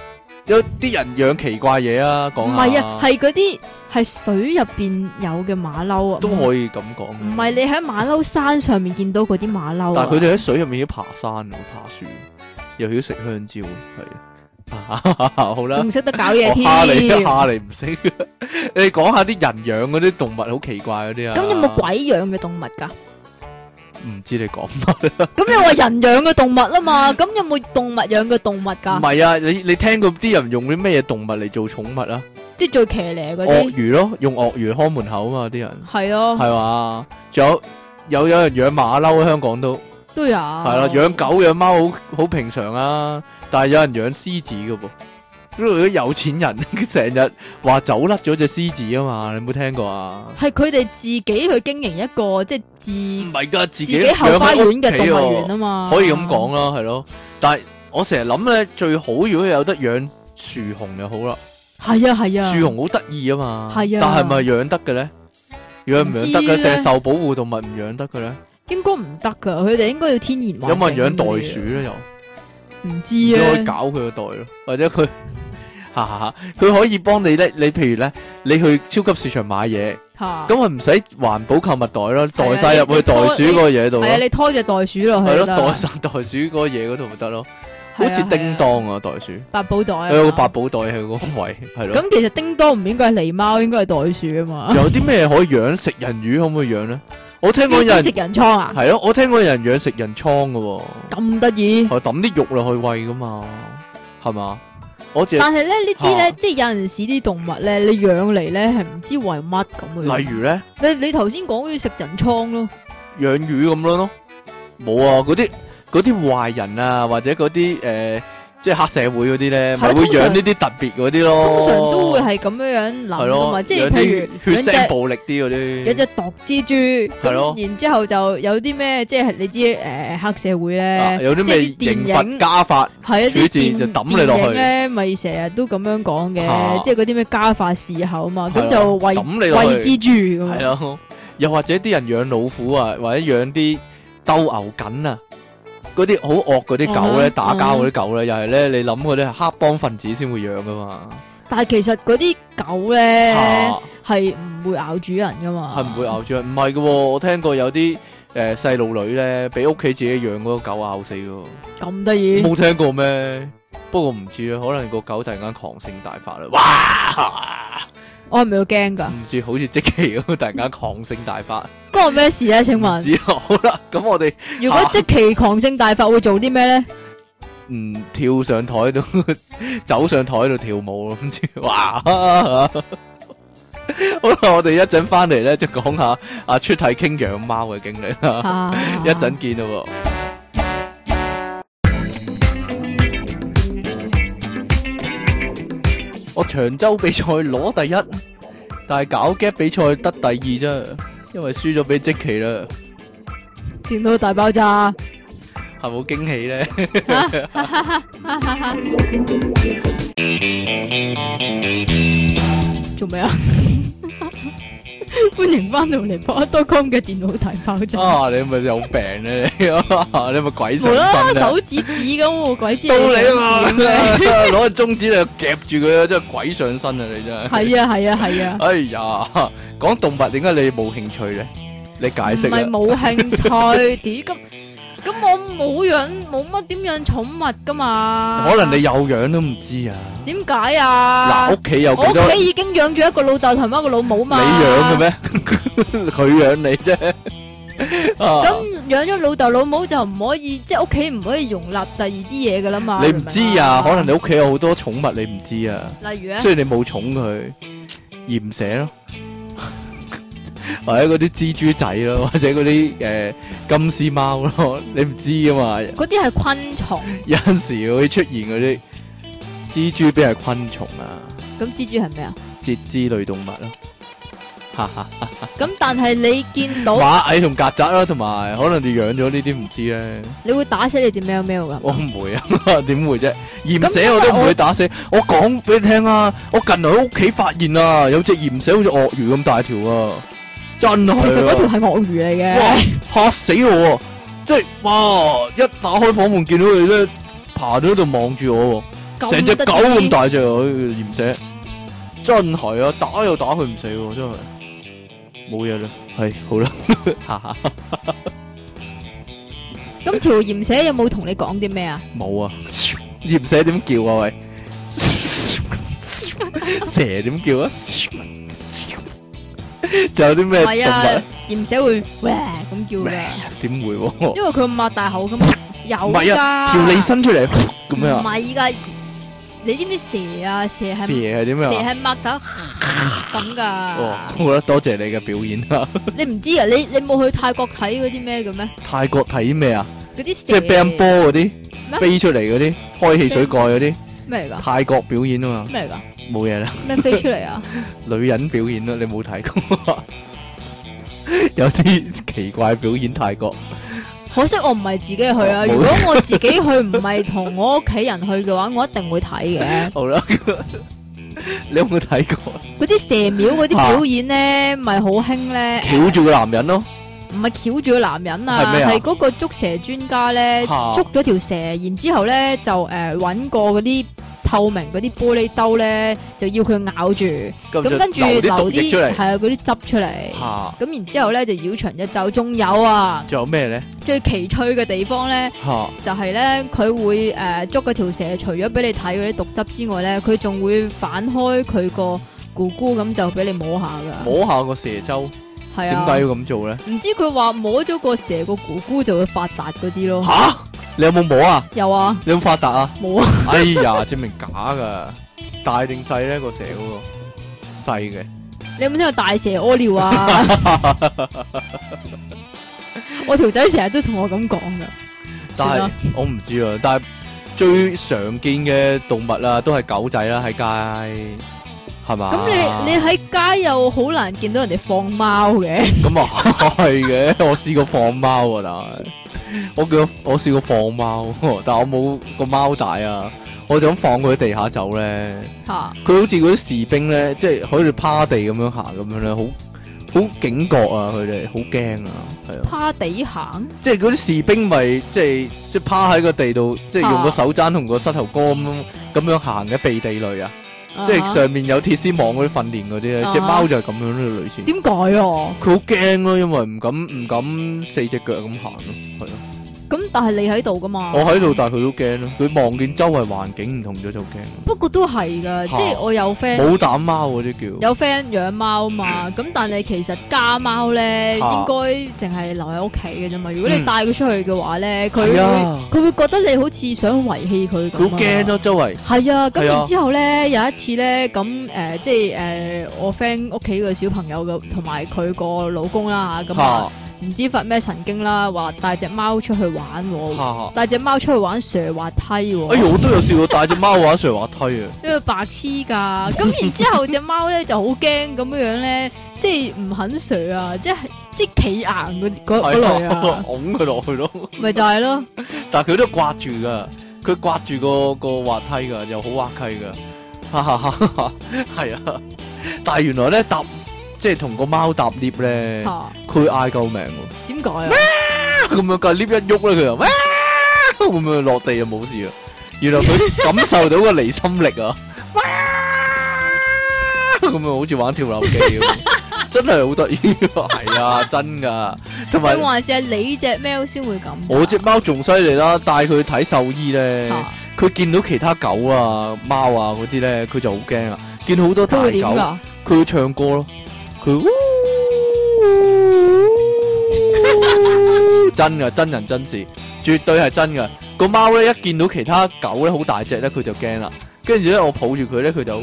有啲人養奇怪嘢啊，
唔
講下
係啊，係嗰啲係水入边有嘅馬騮啊。
都
唔
可以咁講嘅。
唔係你喺馬騮山上面見到嗰啲馬騮
但
啊
係佢哋喺水入面要爬山喎，爬樹，又要食香蕉，係 啊，好啦。
仲識得搞嘢
我
添。
蝦你
咁
蝦你唔識，你講下啲人養嗰啲動物好奇怪嗰啲啊？
有冇？鬼養嘅動物㗎？
唔知你講乜？
咁你話人養嘅動物啊嘛，咁有冇動物養嘅動物
唔
㗎？
係啊，你你聽過啲人用啲咩動物嚟做寵物啊？
即係最騎呢嗰
鱷
啲，
魚咯，用鱷魚看門口啊嘛，啲人
係啊。
係嘛？仲有有有人養馬騮，香港都係
都有。系
啦，養狗養貓好好平常啊，但係有人養獅子嘅噃。因為啲有錢人 成日話走甩咗只獅子啊嘛，你有冇聽過啊？
系佢哋自己去經營一個即係自
唔係㗎，嗯
自
自己
己後花園嘅動物
養喺屋企喎
園啊嘛，
可以咁講啦，係咯。但係我成日諗咧，最好如果有得養樹熊就好啦。
講。係啊係啊，
樹熊好得意啊嘛，
係啊
但係咪養得嘅咧？養唔養得
唔知
嘅？定
咧
係受保護動物唔養得嘅咧？
應該唔得噶，佢哋應該要天然環境
有冇人養
嗰啲
袋
嘢
鼠咧？又
唔
你可
知
以
啊，
搞佢個袋咯，或者佢 哈哈哈，佢可以幫你咧。你譬如咧，你去超級市場買嘢，
吓
咁佢唔使環保購物袋咯，
係
袋
啊
晒入
你
去
你
袋
拖
鼠嗰個嘢度
係啊，
咯，
你拖只袋鼠落
係
去啊都
咯，
得
袋晒袋鼠嗰個嘢嗰度咪得咯，好
係啊
似叮
係啊
當啊袋鼠。
百寶袋啊嘛，
有個百寶袋喺嗰個位，係咯。
咁其實叮當唔應該係狸貓，應該係袋鼠啊嘛。
有啲咩可以養？食人魚可唔可以養咧？我聽講有
邊
人
啲食人倉啊，
係咯，我聽講有人養食人倉嘅喎，
咁得意。
係抌啲肉落去喂噶嘛，係嘛？我淨
但係咧呢啲
嚇
咧，即係有陣時啲動物咧，你養嚟咧係唔知為乜咁嘅。
例如咧
你你頭先講嗰啲食人倉咯。
養魚咁樣咯，冇啊！嗰啲嗰啲壞人啊，或者嗰啲誒即係黑社會嗰啲咧，咪
係
會
通常
養呢啲特別嗰啲咯。
通常都會係咁樣樣
哦係
諗噶嘛，
咯，
即係
養
譬如
啲血腥
兩隻
暴力啲嗰啲。
有隻毒蜘蛛，
係咯
咁然之後就有啲咩，即係你知誒黑社會
啊
咧，
有啲咩
即係
刑
啲電
罰
影
加法？
係一啲
處置
電
就抌你落去
電影咧，咪成日都咁樣講
嚇
嘅，即係嗰啲咩家法事後啊嘛，
係
咁
咯
就喂
抌你落
喂
去啊
蜘蛛咁啊
系
樣，
咯，又或者啲人養老虎啊，或者養啲鬥牛緊啊，嗰啲好惡嗰啲狗咧，
啊哈
打交嗰啲狗咧，又係咧，你諗嗰啲係黑幫分子先會養噶嘛，
但係其實嗰啲狗咧
嚇
係唔會咬主人噶嘛，
係唔會咬住人？唔係噶喎，我聽過有啲诶细路女咧，俾屋企自己養嗰個狗咬死噶，
咁得意，
冇聽過咩？不過唔知啊啦，可能個狗突然間狂性大發啦，哇！
我係咪要驚㗎？
唔知好似即期咁，突然間狂性大發，
關我咩事咧？請
唔
問，
知好啦，咁我哋。
如果即期狂性大發會做啲咩咧？
嗯，跳上台度， 走上台度跳舞咯，唔知 哇！好啦，我哋一陣翻嚟咧，就講下阿出體傾養貓嘅經歷 啦。
啊
一陣見咯喎。我長洲比賽攞第一，但係搞 g 比賽得第二啫，因為輸咗俾積淇啦，
電腦大爆炸。
係冇驚喜咧。
做咩啊？欢迎翻到嚟博多康嘅電腦大爆炸，
啊！你咪有病咧，你你咪鬼
無
上
啦啦
身啊！
手指指咁，我鬼知
到你啊嘛，
想點咩
攞個中指嚟夾住佢啊，真係鬼上身啊！你真係。
係啊係啊係啊，
哎呀，講動物點解你冇興趣咧？你解釋
唔係
啦。
冇 興趣，屌咁咁我冇養冇乜點養寵物噶嘛？
可能你有樣都唔知啊。
點解啊？
嗱，屋企
我
有幾
屋
多？
企已經養咗一個老豆同埋一個老母
你
嘛。
養嘅？ 咩？佢養你啫。啊，
咁養咗老豆老母就唔可以，即係屋企唔可以容納第二啲嘢噶啦嘛。
你唔知啊？可能你
你
屋企有好多寵物，你唔知啊。
明唔明啊例如咧，
雖然你冇寵佢，鹽蛇咯， 或者嗰啲蜘蛛仔咯，或者嗰啲誒金絲貓咯，你唔知噶啊嘛？
嗰啲係昆蟲，
有陣時會出現嗰啲蜘蛛邊係昆蟲啊，
咁蜘蛛係咩啊？
節肢類動物啊咯、哈哈，
咁但係你見到
馬蟻同曱甴啦，同埋可能你養咗呢啲唔知咧，
你會打死你只喵喵噶？
我唔會啊， 點會啫？鹽
因為
蛇我都唔
我
會打死，我講俾你聽啊，我近來喺屋企發現啊，有隻鹽蛇好似鱷魚咁大條啊，真係、啊。
其實嗰條係鱷魚嚟
哇
嘅，！
嚇死我喎！即係哇！一打開房門見到佢咧，爬咗喺度望住我喎，成隻
得
狗
意
咁大隻啊！鹽蛇真係啊，打又打佢唔死喎，真係冇嘢啦。係好 啦，哈哈
咁條鹽蛇有冇同你講啲咩啊？
冇啊！鹽蛇點叫啊？喂，蛇點叫啊？仲有啲
唔
咩動
係啊
物？，
鹽蛇會喂咁叫噶，
點會喎？
因為佢擘大口噶嘛。有
唔
㗎，
係啊，條脷伸出嚟咁樣
唔
啊？
係㗎，你知唔知蛇啊？蛇
蛇
係
係點
蛇
樣啊？
係擘大口咁
哦，
㗎。
好啦，多謝你嘅表演啦。
你唔知啊？你你冇去泰國睇嗰啲咩嘅咩？
泰國睇咩啊？
嗰啲
即係
蛇
乒乓波嗰啲，
咩
飛出嚟嗰啲，開汽水蓋嗰啲，
咩嚟㗎？
泰國表演啊嘛，
咩嚟㗎？
冇嘢啦，
咩飛出嚟啊？
女人表演啦，你冇睇過 啊？有啲奇怪表演泰國，
可惜我唔係自己去啊！
哦冇
如果我自己去唔係同我屋企人去嘅話，我一定會睇嘅。
好啦， 你有 冇睇過？
嗰啲蛇廟嗰啲
啊
表演咧，咪好興咧，
翹住個男人咯，
唔係翹住個男人
係
啊，
咩啊啊
係嗰個捉蛇專家咧，
嚇
捉咗條蛇，然之後咧就诶揾過嗰啲透明嗰啲玻璃兜咧，就要佢咬住，
咁
咁
就
跟住
流啲毒
流
液出
啲
嚟。
係啊嗰啲汁出嚟，
嚇，
咁然之後咧就繞長一周。仲有啊，
仲有咩咧？
最奇趣嘅地方咧。
嚇，
就係咧，佢會誒、呃捉嗰條蛇，除咗俾你睇嗰啲毒汁之外咧，佢仲會反開佢個咕咕咁就俾你摸下噶。
摸下個蛇周，
係
點哦解
啊
要，咁做咧？
唔知佢話摸咗個蛇個咕咕就會發達嗰啲咯。
嚇，你有冇摸啊？
有啊，
你有冇發達啊？
冇啊，
哎呀，證明假噶，大定細咧個蛇嗰個細嘅，
你有冇聽過大蛇屙尿啊？我條仔成日都同我咁講噶。
但
算
係
啦
我唔知啊。但係最常見嘅動物啊，都係狗仔啦，喺街係嘛？
咁你你喺街又好難見到人哋放貓嘅，
咁啊係嘅，我試過放貓啊，但係我叫我試過放貓，但我冇個貓帶啊，我就咁放佢喺地下走咧。
嚇
佢好似嗰啲士兵咧，即係喺度趴地咁樣行咁樣咧，好好警覺啊！佢哋好驚啊，係啊。
趴地行，
即係嗰啲士兵咪即係即係趴喺個地度，即係用個手踭同個膝頭哥咁樣咁樣行嘅避地類啊！即係
啊
上面有鐵絲網嗰啲訓練嗰啲咧
啊，哈
只貓就係咁樣咯，類似。
點解啊？
佢好驚咯，因為唔敢唔敢四隻腳咁行咯，係咯。
咁但係你喺度噶嘛？
我喺度，但係佢都驚咯。佢望見周圍環境唔同咗就驚。
不過都係噶，
嚇
即係我有 friend
冇膽貓嗰啲叫。
有 friend 養貓嘛，咁但係其實家貓咧應
嚇
該淨係留喺屋企嘅啫嘛。如果你
嗯
帶佢出去嘅話咧，佢
係
會
啊，
佢會覺得你好似想遺棄佢咁。啊
佢好驚！咯，周圍
係啊，咁
係啊
然之後咧，有一次咧，咁誒即係誒我 friend 屋企個小朋友嘅，同埋佢個老公啦嚇，咁啊
嚇
唔知發咩神經啦，話帶只貓出去玩喎，
嚇。
帶只貓出去玩蛇滑梯喎。
哎呀，我都有試過帶只貓玩上滑梯啊！
因為白痴噶，咁然之後只貓咧就好驚咁樣樣咧， 即係唔肯 s 啊，即係即係企硬嗰嗰嗰類
係啊
啊，，
拱佢落去咯。
咪就係咯，
但係佢都刮住噶，佢刮住個個滑梯噶，又好滑稽噶， 哈哈哈哈，係啊！但係原來咧搭即係同個貓搭 lift 咧，
吓
佢嗌救命喎，
啊 點解啊？
咁樣架 lift 一喐咧，佢就 哇咁樣落地就冇事啊！原來佢感受到個離 心力啊，哇咁樣好似玩跳樓機咁，真係好得意喎， 係啊，真噶，同埋
定還是係你只喵先會咁㗎？啊
我只貓仲犀利啦，帶佢去睇獸醫咧，
嚇
佢見到其他狗啊、貓啊嗰啲咧，佢就好驚啦。見好多大
佢
狗，
會點
佢
㗎？
會唱歌咯，佢 真噶，真人真事，絕對係真噶。個貓咧一見到其他狗咧好大隻咧，佢就驚啦。跟住咧，我抱住佢咧，佢就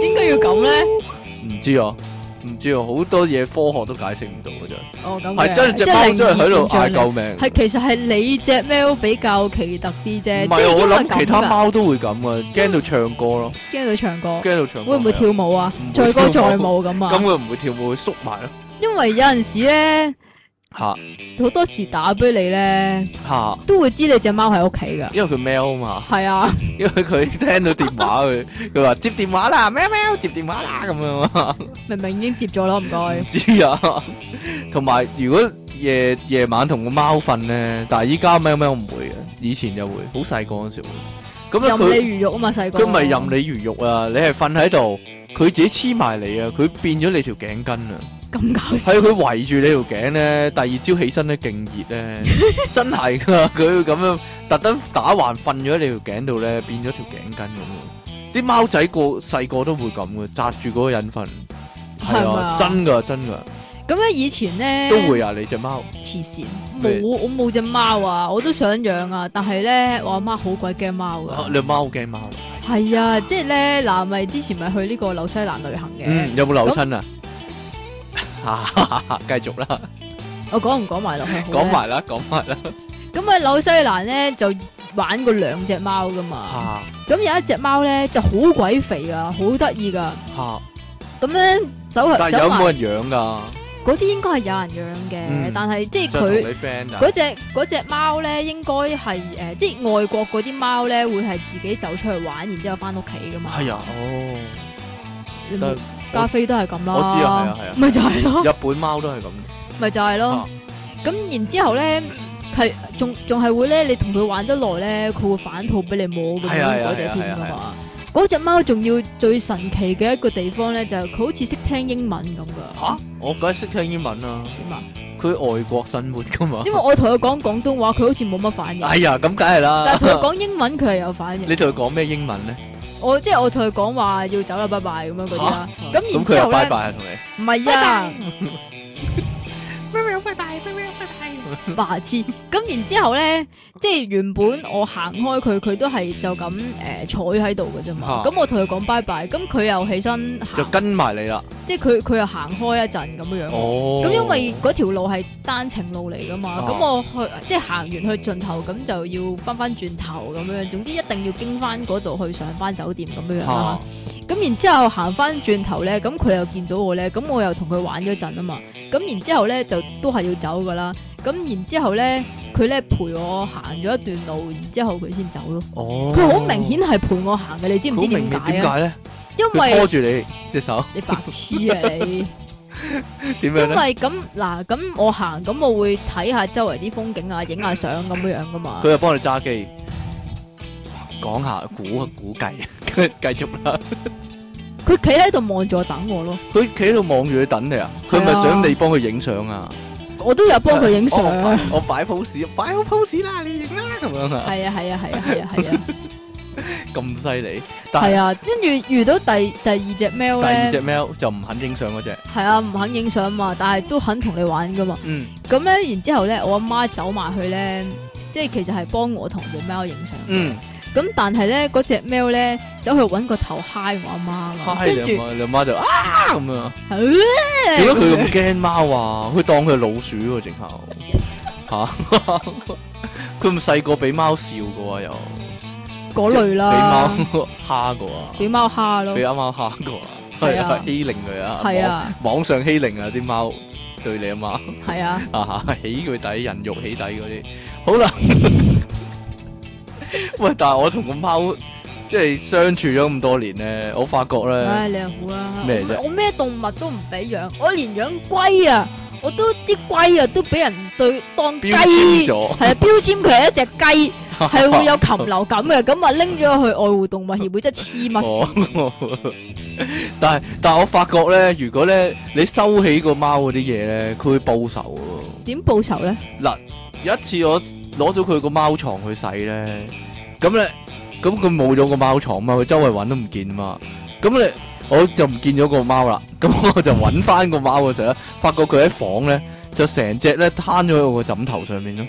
點解要咁咧？
唔知啊，唔知啊，好多嘢科學都解釋唔到嘅啫。
哦，咁嘅
係真係只
即係
貓
靈
真係喺度
異現象
嗌
嚟
救命。
係其實係你只喵比較奇特啲啫，
唔
即
係
係
我
因為
諗其
咁
他
㗎，
貓都會咁嘅，驚到唱歌咯，
驚佢唱歌，
驚到唱歌。
會唔會跳舞啊
唔？會
載歌
跳舞
載舞咁
咁
啊？
佢唔會跳舞，會縮埋咯。
因為有陣時咧，
嚇
好多時打俾你咧，
嚇，
都會知你只貓喺屋企㗎。
因為佢喵啊嘛，
係啊，
因為佢 聽到電話佢，佢話接電話啦，喵喵接電話啦咁樣啊。
明明已經接咗咯，唔該。
知啊，同埋如果夜夜晚同個貓瞓咧，但係依家喵喵唔會嘅，以前就會，好細個嗰時會。嗯咁咧
任
佢。
你魚肉啊嘛，細個。
佢唔係任你魚肉啊，你係瞓喺度，佢自己黐埋你啊，佢變咗你條頸巾啊，
咁 搞笑
係。佢圍住你條頸咧，第二朝起身咧勁熱咧，真係噶，佢會咁樣特登打橫瞓咗你條頸度咧，變咗條頸巾咁樣。啲貓仔個細個都會咁嘅，紮住嗰個人瞓，
係
係
咪
啊，
啊
真噶真噶，
咁咧以前咧
都會啊，你只貓
慈善，
咩
冇我冇只貓啊，我都想養啊，但係咧我阿媽好鬼驚貓
啊
噶，
你貓好驚貓，
係啊，即係咧嗱，咪之前咪去呢個紐西蘭旅行嘅，
嗯，有冇扭親啊？啊， 繼續啦，
我講唔講埋落去好咧？
講埋啦，講埋啦，
咁喺紐西蘭咧就玩過兩隻貓噶嘛，
啊
咁有一隻貓咧就好鬼肥啊，好得意噶，
啊。
咁咧走嚟
但係
走
有冇
埋，
人養㗎？
嗰啲應該係有人養嘅
嗯，
但係即係
即係同
佢。
你 friend 啊？
嗰只嗰只貓咧，應該係誒，即係外國嗰啲貓咧，會係自己走出去玩，然之後翻屋企噶嘛。
係啊，哦，
你
但
冇，
係
加菲都係咁啦。
我知啊係啊係啊
咪就係咯，
日本貓都係咁，
咪就係
啊
咯。咁然之後咧，係仲仲係會咧，你同佢玩得耐咧，佢會反肚俾你摸咁
係啊係
樣
啊
嗰只添噶
係啊係
嘛。嗰只貓仲要最神奇嘅一個地方咧，就係佢好似識聽英文咁噶。
吓？我梗係識聽英文啦，
點啊？
佢外國生活㗎嘛
因。為我同佢講廣東話，佢好似冇乜反應。
哎呀，咁梗
但
係啦
係。同佢講英文，佢係有反應。
你同佢講咩英文咧？
我即系我同佢講話要走啦，拜拜咁樣嗰啲啦。咁
咁
然
佢
之
又
後
拜
咧，
拜啊，同你。
唔係啊，
喵喵拜拜，喵喵拜拜。
白痴。咁然之後咧，即係原本我行開佢，佢都係就咁诶坐喺度嘅啫嘛。
嚇
咁我同佢講拜拜，咁佢又起身
啊就
行，
跟埋你啦。
即係佢佢又行開一陣咁樣樣。
哦。
咁因為嗰條路係單程路嚟噶嘛，咁
啊
我去即係行完去盡頭，咁就要翻翻轉頭咁樣。總之一定要經翻嗰度去上翻酒店咁樣樣啦
嚇。
咁然之後行翻轉頭咧，咁佢又見到我咧，咁我又同佢玩咗陣啊嘛。咁然之後咧就都係要走噶啦。咁然之後咧，佢咧陪我行咗一段路，然之後佢先走咯。
哦。
佢好明顯係陪我行嘅，你知
佢
唔
好
知點
明顯
解
點
啊？
解咧？
因
佢拖
為
住你隻手，
你白痴啊 你！
點樣
因
咧？
為咁嗱，咁我行咁我會睇下周圍啲風景啊，影下相咁樣樣噶嘛
佢。又幫你揸機。講下估啊估計， 跟住繼續啦。
佢企喺度望住我等我咯，
佢企喺度望住你等你啊？佢咪
係啊
想你幫佢影相啊？
我都有幫佢影相。
我擺我擺 pose，擺好 pose 啦，你影啦咁樣啊，
係啊係啊係啊係啊係啊
咁犀利。 但
係
係
啊，跟住遇到第第二隻喵
第
咧。
二隻喵就唔肯影相嗰只，
系啊，唔肯影相嘛，但系都肯同你玩噶嘛。
嗯，
咁咧，然之後咧，我阿媽走埋去咧，即係其實係幫我同只貓影相。
嗯，
咁但係咧，嗰只喵咧走去揾個頭嗨我阿媽啊嘛，
嗨
跟
你
住
阿媽，你阿媽就啊咁啊，
啊
點解佢
咁樣
咁驚貓啊？佢當佢係老鼠喎，直頭吓，佢咁細個俾貓笑過啊，又
嗰類
俾
啦，
貓蝦過啊，
俾貓蝦咯
俾，啱啱蝦過啊，
係
係
啊
啊，欺凌佢啊，
係啊
網，網上欺凌啊，啲貓對你阿媽。
係啊，
啊，起佢底，人肉起底嗰啲，好啦。 喂，但係我同個貓即係相處咗咁多年咧，我發覺咧，
唉，你又好啦。
嗯咩啫
我咩動物都唔俾養，我連養龜啊，我都啲龜啊都俾人對當雞，
標籤咗
係啊，標籤佢係一隻雞，係會 有禽流感嘅，咁啊拎咗去愛護動物協會，即係黐乜線。
哦但係但係我發覺咧，如果咧你收起個貓嗰啲嘢咧，佢會報仇喎。
點報仇咧？
有一次我攞咗佢個貓床去洗咧，咁咧咁佢冇咗個貓床嘛，佢周圍揾都唔見嘛，咁咧我就唔見咗個貓啦， 咁我就揾翻個貓嘅時候咧，發覺佢喺房咧就成隻咧攤咗喺我個枕頭上面咯，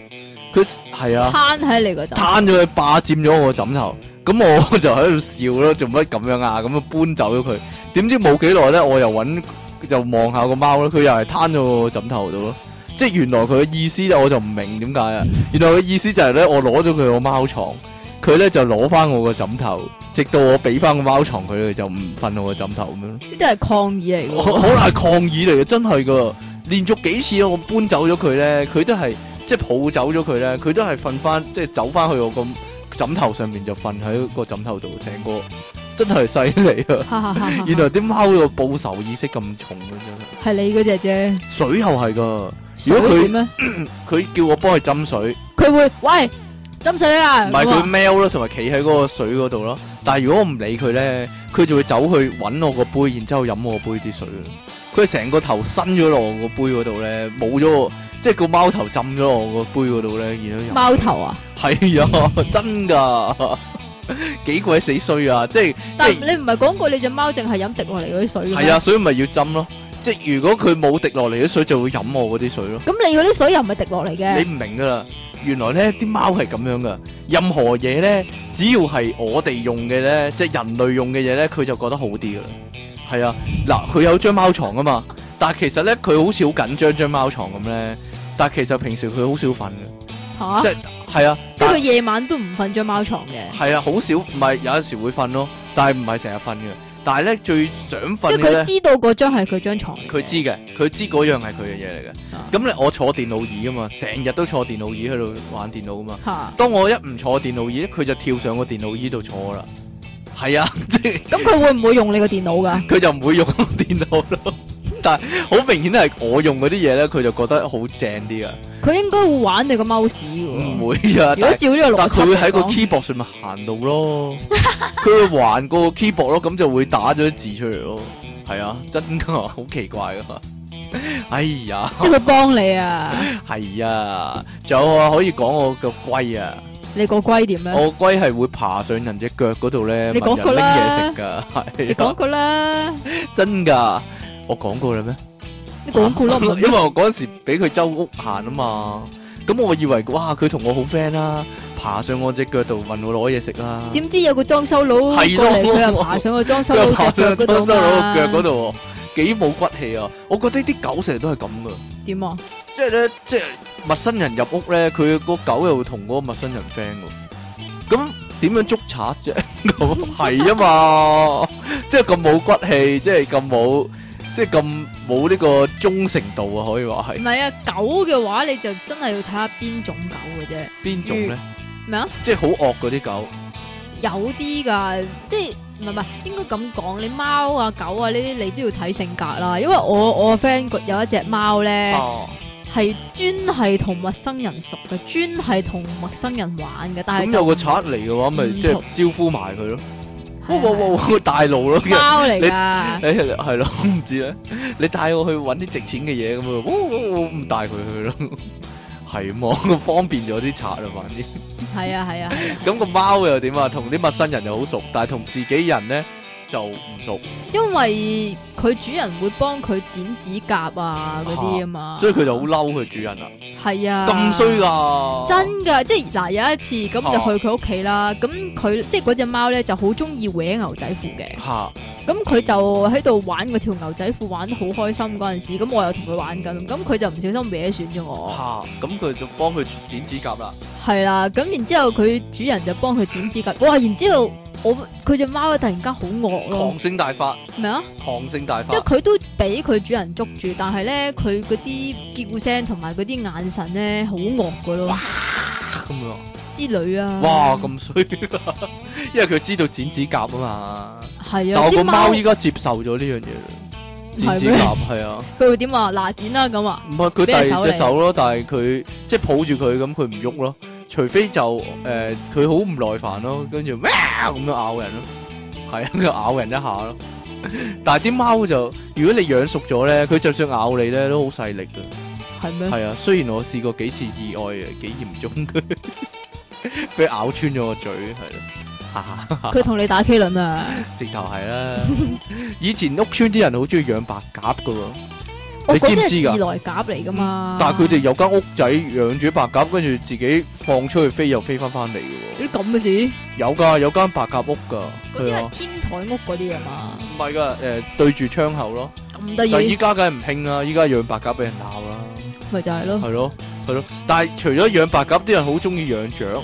佢係啊
攤喺你嗰陣，
攤咗佢霸佔咗我個枕頭，咁我 就喺度笑咯，做乜咁樣啊？咁啊搬走咗佢，點知冇幾耐咧，我又揾就望下個貓咧，佢又係攤咗我個枕頭度咯。即係原來佢嘅意思呢我就唔明點解啊！原來佢意思就係咧，我攞咗佢個貓床，佢咧就攞翻我個枕頭，直到我俾翻個貓床佢，佢就唔瞓我個枕頭咁樣咯。
呢啲係抗議嚟
好
嘅。
好難抗議嚟嘅，真係噶。連續幾次我搬走咗佢咧，佢都係即係抱走咗佢咧，佢都係瞓翻，即係走翻去我個枕頭上面就瞓喺個枕頭度，成個真係犀利 啊！
哈哈哈哈
原來啲貓個報仇意識咁重嘅真
係你嗰只啫，
係，水喉係噶，如
水
果佢
點咧？
佢叫我幫佢斟水，
佢會喂斟水啊！
唔係
咁啊
佢喵咯，同埋企喺嗰個水嗰度咯。但係如果我唔理佢咧，佢就會走去揾我個杯，然之後飲我杯啲水咯。佢係成個頭伸咗落我個杯嗰度咧，冇咗我，即係個貓頭浸咗落我個杯嗰度咧，然後
貓頭啊！
飲。係啊，真㗎，幾鬼死衰啊！即係
但
即係
你唔係講過你只貓淨係飲滴落嚟嗰啲水嘅咩
係啊，，所以咪要浸咯。即係如果佢冇滴落嚟啲水，就會飲我嗰啲水咯。
咁你嗰啲水又唔係滴落嚟
你
嘅，
唔明噶啦，原來咧啲貓係咁樣噶，任何嘢咧，只要係我哋用嘅咧，即係人類用嘅嘢咧，佢就覺得好啲噶啦。係啊，嗱，佢有張貓床啊嘛，但係其實咧佢好似好緊張張貓床咁咧，但係其實平時佢好少瞓嘅，
吓，
即
即
係係
係
啊，但
佢夜晚都唔瞓張貓床嘅，
係啊，好少，唔係有陣時會瞓咯，但係唔係成日瞓嘅，但係咧最想
即
瞓
係
嘅咧
佢。知道嗰張係佢張床嚟嘅，
佢知嘅，佢知嗰樣係佢嘅嘢嚟
啊
嘅。咁咧，我坐電腦椅啊嘛，成日都坐電腦椅喺度玩電腦啊嘛。
吓，
當我一唔坐電腦椅，佢就跳上個電腦椅度坐啦。係啊， 即係
咁佢會唔會用你個電腦㗎？
佢就唔會用電腦咯。 但係好明顯係我用嗰啲嘢咧，佢就覺得好正啲啊。
佢應該會玩你個 mouse 嘅
唔
喎。
會啊，
如果
但係
照呢個
但
邏
係佢
輯
會
嚟
喺個
講，
keyboard 上面行路咯， 佢會環個 keyboard 咯，咁就會打咗啲字出嚟咯。係啊，真噶，好奇怪噶。哎呀，
即 係佢幫你 啊！
係啊，仲有啊，可以講我個龜啊。
你個龜點啊咧？
我龜係會爬上人隻腳嗰度咧，
你
問
講過啦
人拎嘢食㗎，係啊啊
你講過啦，
真㗎，我講過啦咩？
你講 過啦，唔係咩
因為我嗰陣時俾佢周屋行啊嘛，咁我以為哇佢同我好 friend 啦，爬上我隻腳度問我攞嘢食啦，
點知有個裝修佬過
係咯
嚟，佢又爬上個裝修佬
佢
隻
爬
腳
上
嗰
裝
度啊
修佬
嘛？
個腳嗰度喎，幾冇骨氣啊！我覺得啲狗成日都係咁㗎，
點啊？
即係咧，即係陌生人入屋咧，佢個狗又會同嗰個陌生人 friend 㗎，咁點樣捉賊 啫？咁係啊嘛，即係咁冇骨氣，即係咁冇，即係咁冇呢個忠誠度啊，可以話係
唔係啊，狗嘅話你就真係要睇下邊種狗嘅啫。
邊種咧？
咩啊？
即係好惡嗰啲狗，
有啲㗎，即係唔係唔係應該咁講？你貓啊狗啊呢啲你都要睇性格啦。因為我我個 friend 個有一隻貓咧，
哦，
係專係同陌生人熟嘅，專係同陌生人玩嘅。但係
咁
就
有個賊嚟嘅話，咪
唔
即係
同
招呼埋佢咯。哇
係啊
哇哇哇！大路咯，
係啊貓嚟
你
㗎。
誒哎係咯，唔知咧。你帶我去揾啲值錢嘅嘢咁啊，哇哇哇唔帶佢去咯， 係嘛？ 方便咗啲賊啊，反正。
係啊係啊係啊，
咁個貓又點啊？同啲陌生人又好熟，但係同自己人咧就唔熟，
因為佢主人會幫佢剪指甲啊嗰啲啊嘛，
所以佢就好嬲佢主人啦。
係啊
咁衰。啊噶，
真噶，即係嗱有一次咁就去佢屋企啦，咁佢即係嗰只貓咧就好中意搲牛仔褲嘅，
嚇
咁佢就喺度玩嗰條牛仔褲玩得好開心嗰陣時，咁我又同佢玩緊，咁佢就唔小心搲損咗我，
哦嚇，咁佢就幫佢剪指甲啦。
係啦，咁然之後佢主人就幫佢剪指甲，哇！然之後我佢只貓突然間好惡咯
唐，性大發，
咩啊？
唐性大
嗯即係
發，
佢都俾佢主人捉
嗯
住，但係咧佢嗰啲叫聲同埋嗰啲眼神咧好惡噶咯，
咁樣。
之類啊。
哇，咁衰啊！ 因為佢知道剪指甲啊嘛。
係
但
啊！
我
啲
個
貓
貓依家接受咗呢樣嘢啦，剪
係
指
咩
甲係啊，
佢會點啊？嗱，剪啦咁啊，
唔係佢
俾
第
隻手
二隻
你
手咯，但係佢即係抱住佢咁，佢唔喐咯。除非就诶佢好唔耐煩咯，跟住喵咁樣咬人咯，係啊，佢咬人一下咯。 但係啲貓就，如果你養熟咗咧，佢就算咬你咧都好細力噶。
系咩？
係啊，雖然我試過幾次意外嘅，幾嚴重嘅，俾咬穿咗個嘴，係咯、啊，
佢同你打 K 輪啊！
直頭係啦。 以前屋村啲人好中意養白鴿噶喎。
我
你知
嗰
唔
啲係
知㗎嗯
自來鴿嚟噶嘛？
但係佢哋有間屋仔養住白鴿，跟住自己放出去飛又飛翻翻嚟嘅喎。
有啲咁嘅事，
有㗎，有間白鴿屋㗎，
嗰
係
啲係
啊，
天台屋嗰啲啊嘛，
唔係㗎，誒、對住窗口咯。
咁得
但係依
意
家梗係唔興啦，依家養白鴿俾人鬧啦，
咪就係咯，
係咯係咯。但係除咗養白鴿，啲人好中意養雀咯。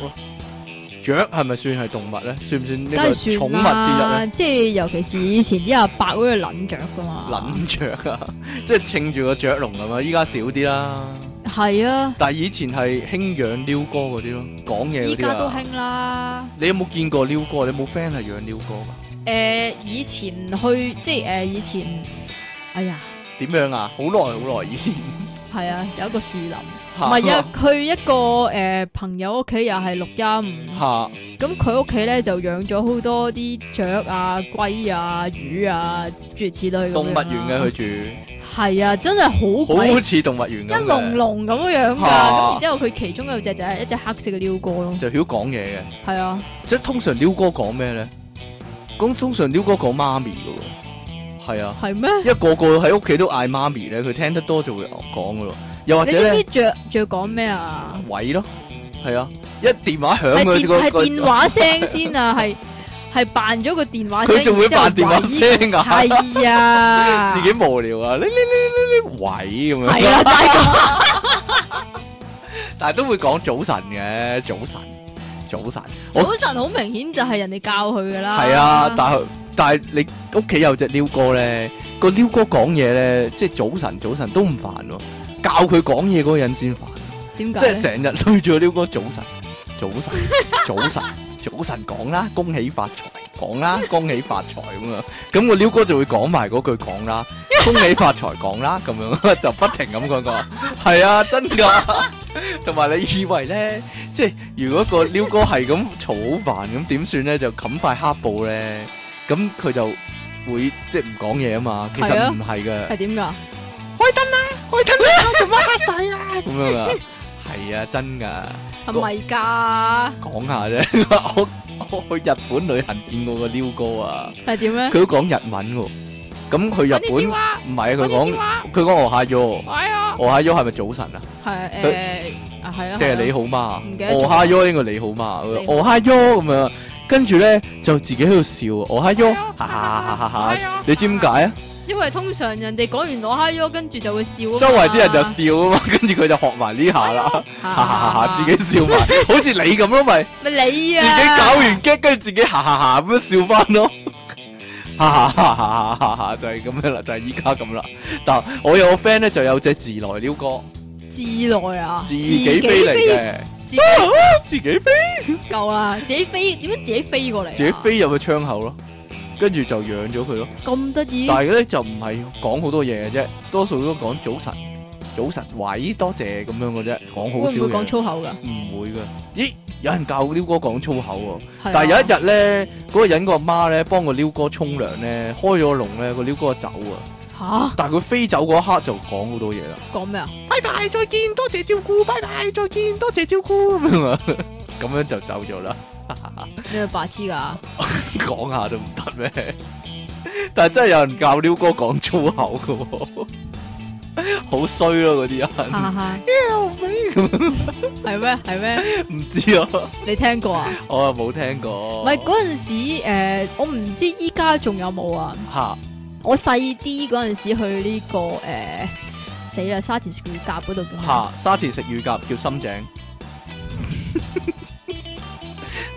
雀係咪算係動物咧？算唔算呢
梗
個
係
寵
算
物之一
啦。
咧？
即係尤其是以前啲阿伯嗰啲撚着噶嘛，
撚雀啊，即係稱住個雀籠咁啊！依家少啲啦，
係啊，
但係以前係興養鷯哥嗰啲咯，講嘢嗰啲啊。
依家都興啦。
你有冇見過鷯哥？你有冇 friend 係養鷯哥噶？
诶、呃以前去即係诶、誒以前，哎呀，
點樣啊？好耐好耐以前，
係啊，有一個樹林， 唔
唔
係啊，去一個诶、誒朋友屋企又係錄音，
嚇
咁佢屋企咧就養咗好多啲雀啊、龜啊、魚啊，諸如此類咁樣啦
動物園嘅佢
係啊，真係好
住，
鬼
好似動物園
一
咁
籠
嘅，
籠咁樣㗎，
嚇
咁然之後佢其中有隻就係一隻黑色嘅鷯哥咯，
就曉講嘢嘅。
係啊，
即係通常鷯哥講咩咧？咁通常鷯哥講媽咪嘅喎，係啊，
係咩？
一個個喺屋企都嗌媽咪咧，佢聽得多就會講嘅咯。又或
你
者
知唔
咧
知雀雀講咩啊？
位咯，係啊，一電話響
係
嗰
電係
啲個
電話聲先啊，係係扮咗個電話聲，
佢仲會扮電話
聲，
聲啊，
係 啊，
自己無聊啊，呢呢呢呢呢位咁樣。
係 啦，就係咁
但系都會講早晨嘅，早晨，早晨。我
早晨好明顯就係人哋教佢噶啦，
係啊，但係但係你屋企有隻鷯哥咧，個鷯哥講嘢咧，即係早晨早晨都唔煩喎，教佢講嘢嗰個人先煩，
點
即
解
係
咧？
成日對住個鷯哥早晨，早晨，早晨，早晨講啦，恭喜發財，講啦，恭喜發財咁啊，咁個鷯哥就會講埋嗰句講啦，恭喜發財講啦，咁樣就不停咁講講，係啊，真㗎。 同埋你以為咧，即係如果個撩哥係咁嘈好煩咁點算咧？就冚塊黑布咧，咁佢就會即係唔講嘢啊嘛。其
係啊
實唔係噶，
係點㗎？
開燈啦，做乜黑水啊？咁樣啊，係啊，真噶，
係咪㗎？
講下啫。 我我去日本旅行見過個撩哥啊，
係點咧
佢？都講日文喎。咁去日
我哋
本
知話，
唔係啊，佢
我哋知
講
話，
佢講我下 yo，
係啊，
我下 yo 係咪早晨啊？
係
佢
誒啊係啊，
定係
係啊
你好嘛
唔記？得咗
哦哈喲應該你好嘛？
你好
哦哈喲咁樣，跟住咧就自己喺度笑，哦哈喲，哈哈哈哈哈哈！你知點解啊？
因為通常人哋講完我嗨咗，跟住就會笑啊嘛，啊
周圍啲人就笑啊嘛，跟住佢就學埋呢下啦，哈哈哈哈！自己笑埋，好似你咁咯，咪
咪你
自
啊，
己搞完激，跟住自己哈哈哈咁樣笑翻咯。哈哈哈！哈哈就係咁樣啦，就係依家咁啦。但我有個 friend 咧，就有隻自來鳥哥，
自來啊，
自己飛嚟嘅，
自己
自己飛。
夠啦，自己飛點樣自己飛過嚟啊？
自己飛入去窗口咯，跟住就養咗佢咯。
咁得意
但，係咧就唔係講好多嘢嘅啫，多數都講早晨、早晨、喂、多謝咁樣嘅啫，講好
會唔
少
會講
嘢。
粗口㗎？
唔會嘅。咦，有人教撩哥講粗口喎、
但
但係有一日咧，嗰、個人個阿媽咧幫個撩哥沖涼咧，開咗個籠咧，個撩哥走啊。
吓
但係佢飛走嗰一刻就講好多嘢啦。
講咩啊？
拜拜，再見，多謝照顧，拜拜，再見，多謝照顧咁樣啊， 咁樣就走咗啦。
你係白 痴㗎？
講下都唔得咩？ 但係真係有人教撩哥講粗口噶、喎， 好衰咯嗰啲人。
哈哈，
咁
係咩？係咩？
唔知啊，
你聽過啊？
我又冇聽
唔
過。
係嗰陣時誒，我唔知依家仲有冇啊？
嚇
我細啲嗰陣時去呢個誒死啦沙田小甲嗰度叫咩啊
嚇，沙田食乳鴿叫深 井。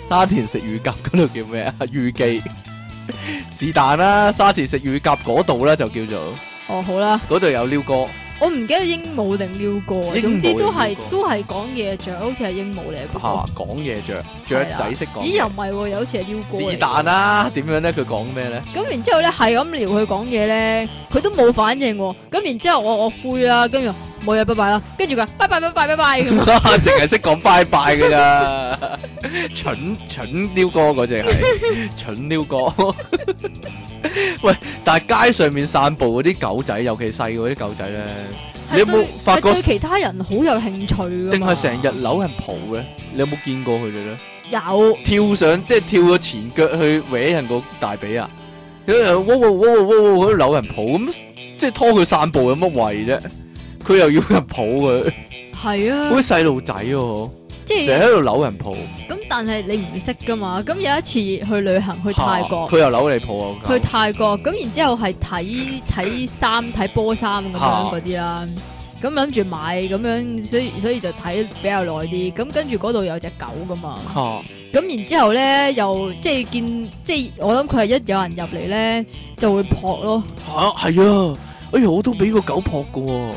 沙田食乳鴿嗰度叫咩啊？乳記是但啦，沙田食乳鴿嗰度咧就叫做
哦，好啦，
嗰度有撩哥，
我唔記得鸚鵡定鷯哥啊，
鸚鵡
總之都
定鷯
係
哥
都係講嘢雀，好似係鸚鵡嚟嘅
嚇
嗰
講嘢雀雀仔識
個。
講
咦又
嘢。
唔係喎，又好似係鷯哥嚟嘅。
是但啦，點樣咧？佢講咩 咧？
咁然之後咧係咁撩佢講嘢咧，佢都冇反應喎。咁然之後我我灰啦，跟住冇嘢，拜拜啦。跟住佢話拜拜拜拜拜拜咁樣。
净系识讲拜拜噶咋，蠢蠢撩哥嗰只系蠢撩哥。 喂，但系街上面散步嗰啲狗仔，尤其細嗰啲狗仔咧， 你有
係
冇
對
發覺
係對其他人好有興趣㗎
定
嘛
係成日扭人抱咧？你有冇見過佢哋咧？
有
跳上即係跳個前腳去搲人個大髀啊！佢又
嗯
哇哇哇哇哇哇喺度扭人抱咁，即係拖佢散步有乜謂啫？佢又要人抱 佢，
係
好
啊，
似細路仔喎，
即
成
係
日喺度扭人抱。
咁但係你唔識噶嘛？咁有一次去旅行去泰國，
嚇佢又扭你抱啊！
去泰國咁然之後係睇睇衫睇波衫咁樣嗰啲啦。咁諗住買咁樣，所以所以就睇比較耐啲。咁跟住嗰度有隻狗噶嘛，
嚇
咁然之後咧又即係見即係我諗佢係一有人入嚟咧就會撲咯，
嚇係啊！哎呀，我都俾個狗撲嘅喎，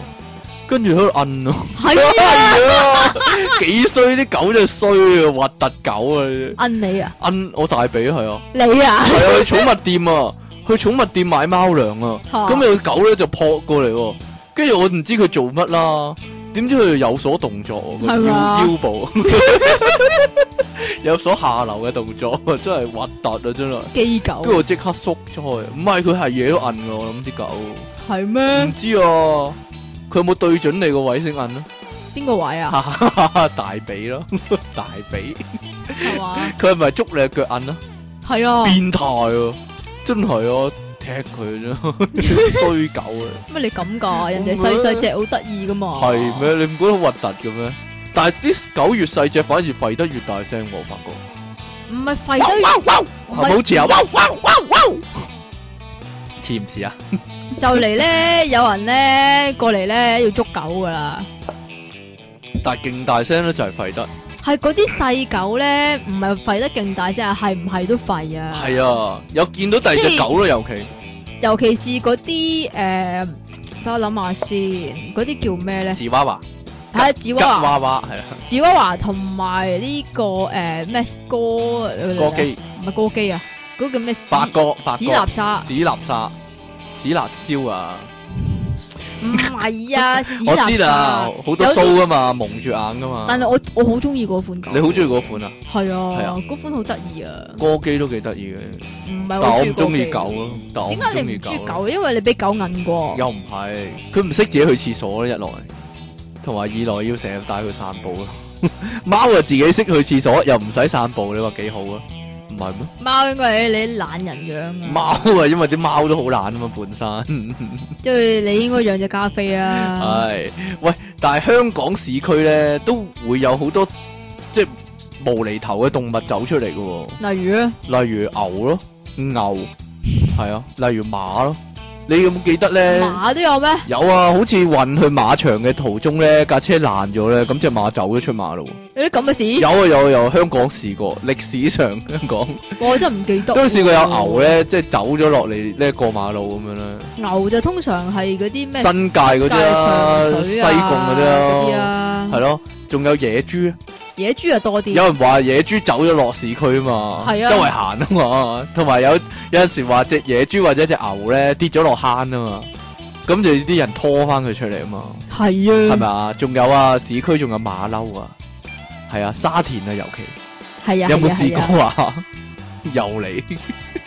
跟住喺度摁咯。
係啊，
係啊， 幾衰啲狗真係衰啊，核突狗啊！
摁你啊，
摁我大髀係啊，
你 啊，
係啊，去寵物店啊，去寵物店買貓糧啊，
嚇
咁有狗咧就撲過嚟喎，跟住我唔知佢做乜啦，點知佢有所動作喎，
係
佢
嘛
腰腰部 有所下流嘅動作， 真係核突啊，真係。
基
跟住
狗
我即刻縮咗去，唔係佢係嘢都摁我，我諗啲狗唔
係咩？
知啊，佢有冇對準你個位先摁
邊個位啊？
啊？ 大髀咯， 大髀，
係嘛？
佢係咪捉你腳摁啊？
係啊，
變態啊，真係啊，踢佢啫， 衰狗啊，
乜你咁㗎？人哋細細隻好得意㗎嘛？
係？咩？你唔覺得好核突嘅咩？但係啲狗越細隻，反而吠得越大聲喎，我發覺。
唔係吠得
哇哇
唔
係咪好
係
似啊？哇哇哇哇！似唔似啊？
就嚟咧，有人咧過嚟咧要捉狗噶啦，
但係勁大聲咧，就係吠得。
係嗰啲細狗咧，唔係吠得勁大聲，係唔係都吠啊？
係啊，有見到第二
即
隻
係
狗咯，尤其。
尤其是嗰啲誒，等我諗下先，嗰啲叫咩咧？
吉娃娃，
係吉
吉
娃娃、
娃娃係啦，
吉娃娃同埋呢個誒咩哥
歌姬、
唔係歌姬啊，嗰個叫咩史
八哥、八
史
哥、
納沙
史立沙、史辣椒啊，
唔係 啊，史
我
納
知啦
沙，，
好多
有啲
鬚噶嘛，蒙住眼噶嘛
但。係我我好中意嗰款狗，
你好中意嗰款啊？
係
係啊
啊，嗰款好得意啊，
歌姬都幾得意嘅，
唔係
但
嗯好
我唔中意
歌姬
狗咯。但我
点解你唔中
中
意
意狗？啊
狗？因為你俾狗摁過。
又唔係，佢唔識自己去廁所咧，一來，同埋二來要成日帶佢散步咯。 貓啊，自己識去廁所，又唔使散步，你話幾好啊？唔係咩？
貓應該係你懶人養啊。
貓，啊，因為啲貓都好懶啊嘛，本
嗯
身。
即係你應該養只加菲啊。
系，喂！但係香港市區咧，都會有好多即係無厘頭嘅動物走出嚟嘅、
例如咧，
喎，例如牛咯，牛係啊，例如馬咯。你有冇記得咧？
馬都有咩？
有啊，好似運去馬場嘅途中咧，架車爛咗咧，咁只馬走咗出馬路。
有啲咁嘅事
有，啊有啊有啊，香港試過，歷史上香港
我真係唔記得。
都試過有牛。咧，即係走咗落嚟咧過馬路咁樣啦。
牛就通常係嗰啲咩
新界嗰啲啊
新界上水啊
西貢嗰啲啊
嗰啲啊
係。咯，仲有野豬啊。
野豬啊多啲。
有人話野豬走咗落市區啊嘛，
係啊
周圍行啊嘛，同埋有有陣時話只野豬或者只牛咧跌咗落坑啊嘛，咁就啲人拖翻佢出嚟啊嘛，
係
係咪
啊。
啊？仲有啊，市區仲有馬騮啊，係啊，沙田啊尤其，
係啊。
有
係
冇
啊
試？
係啊
過啊？ 又嚟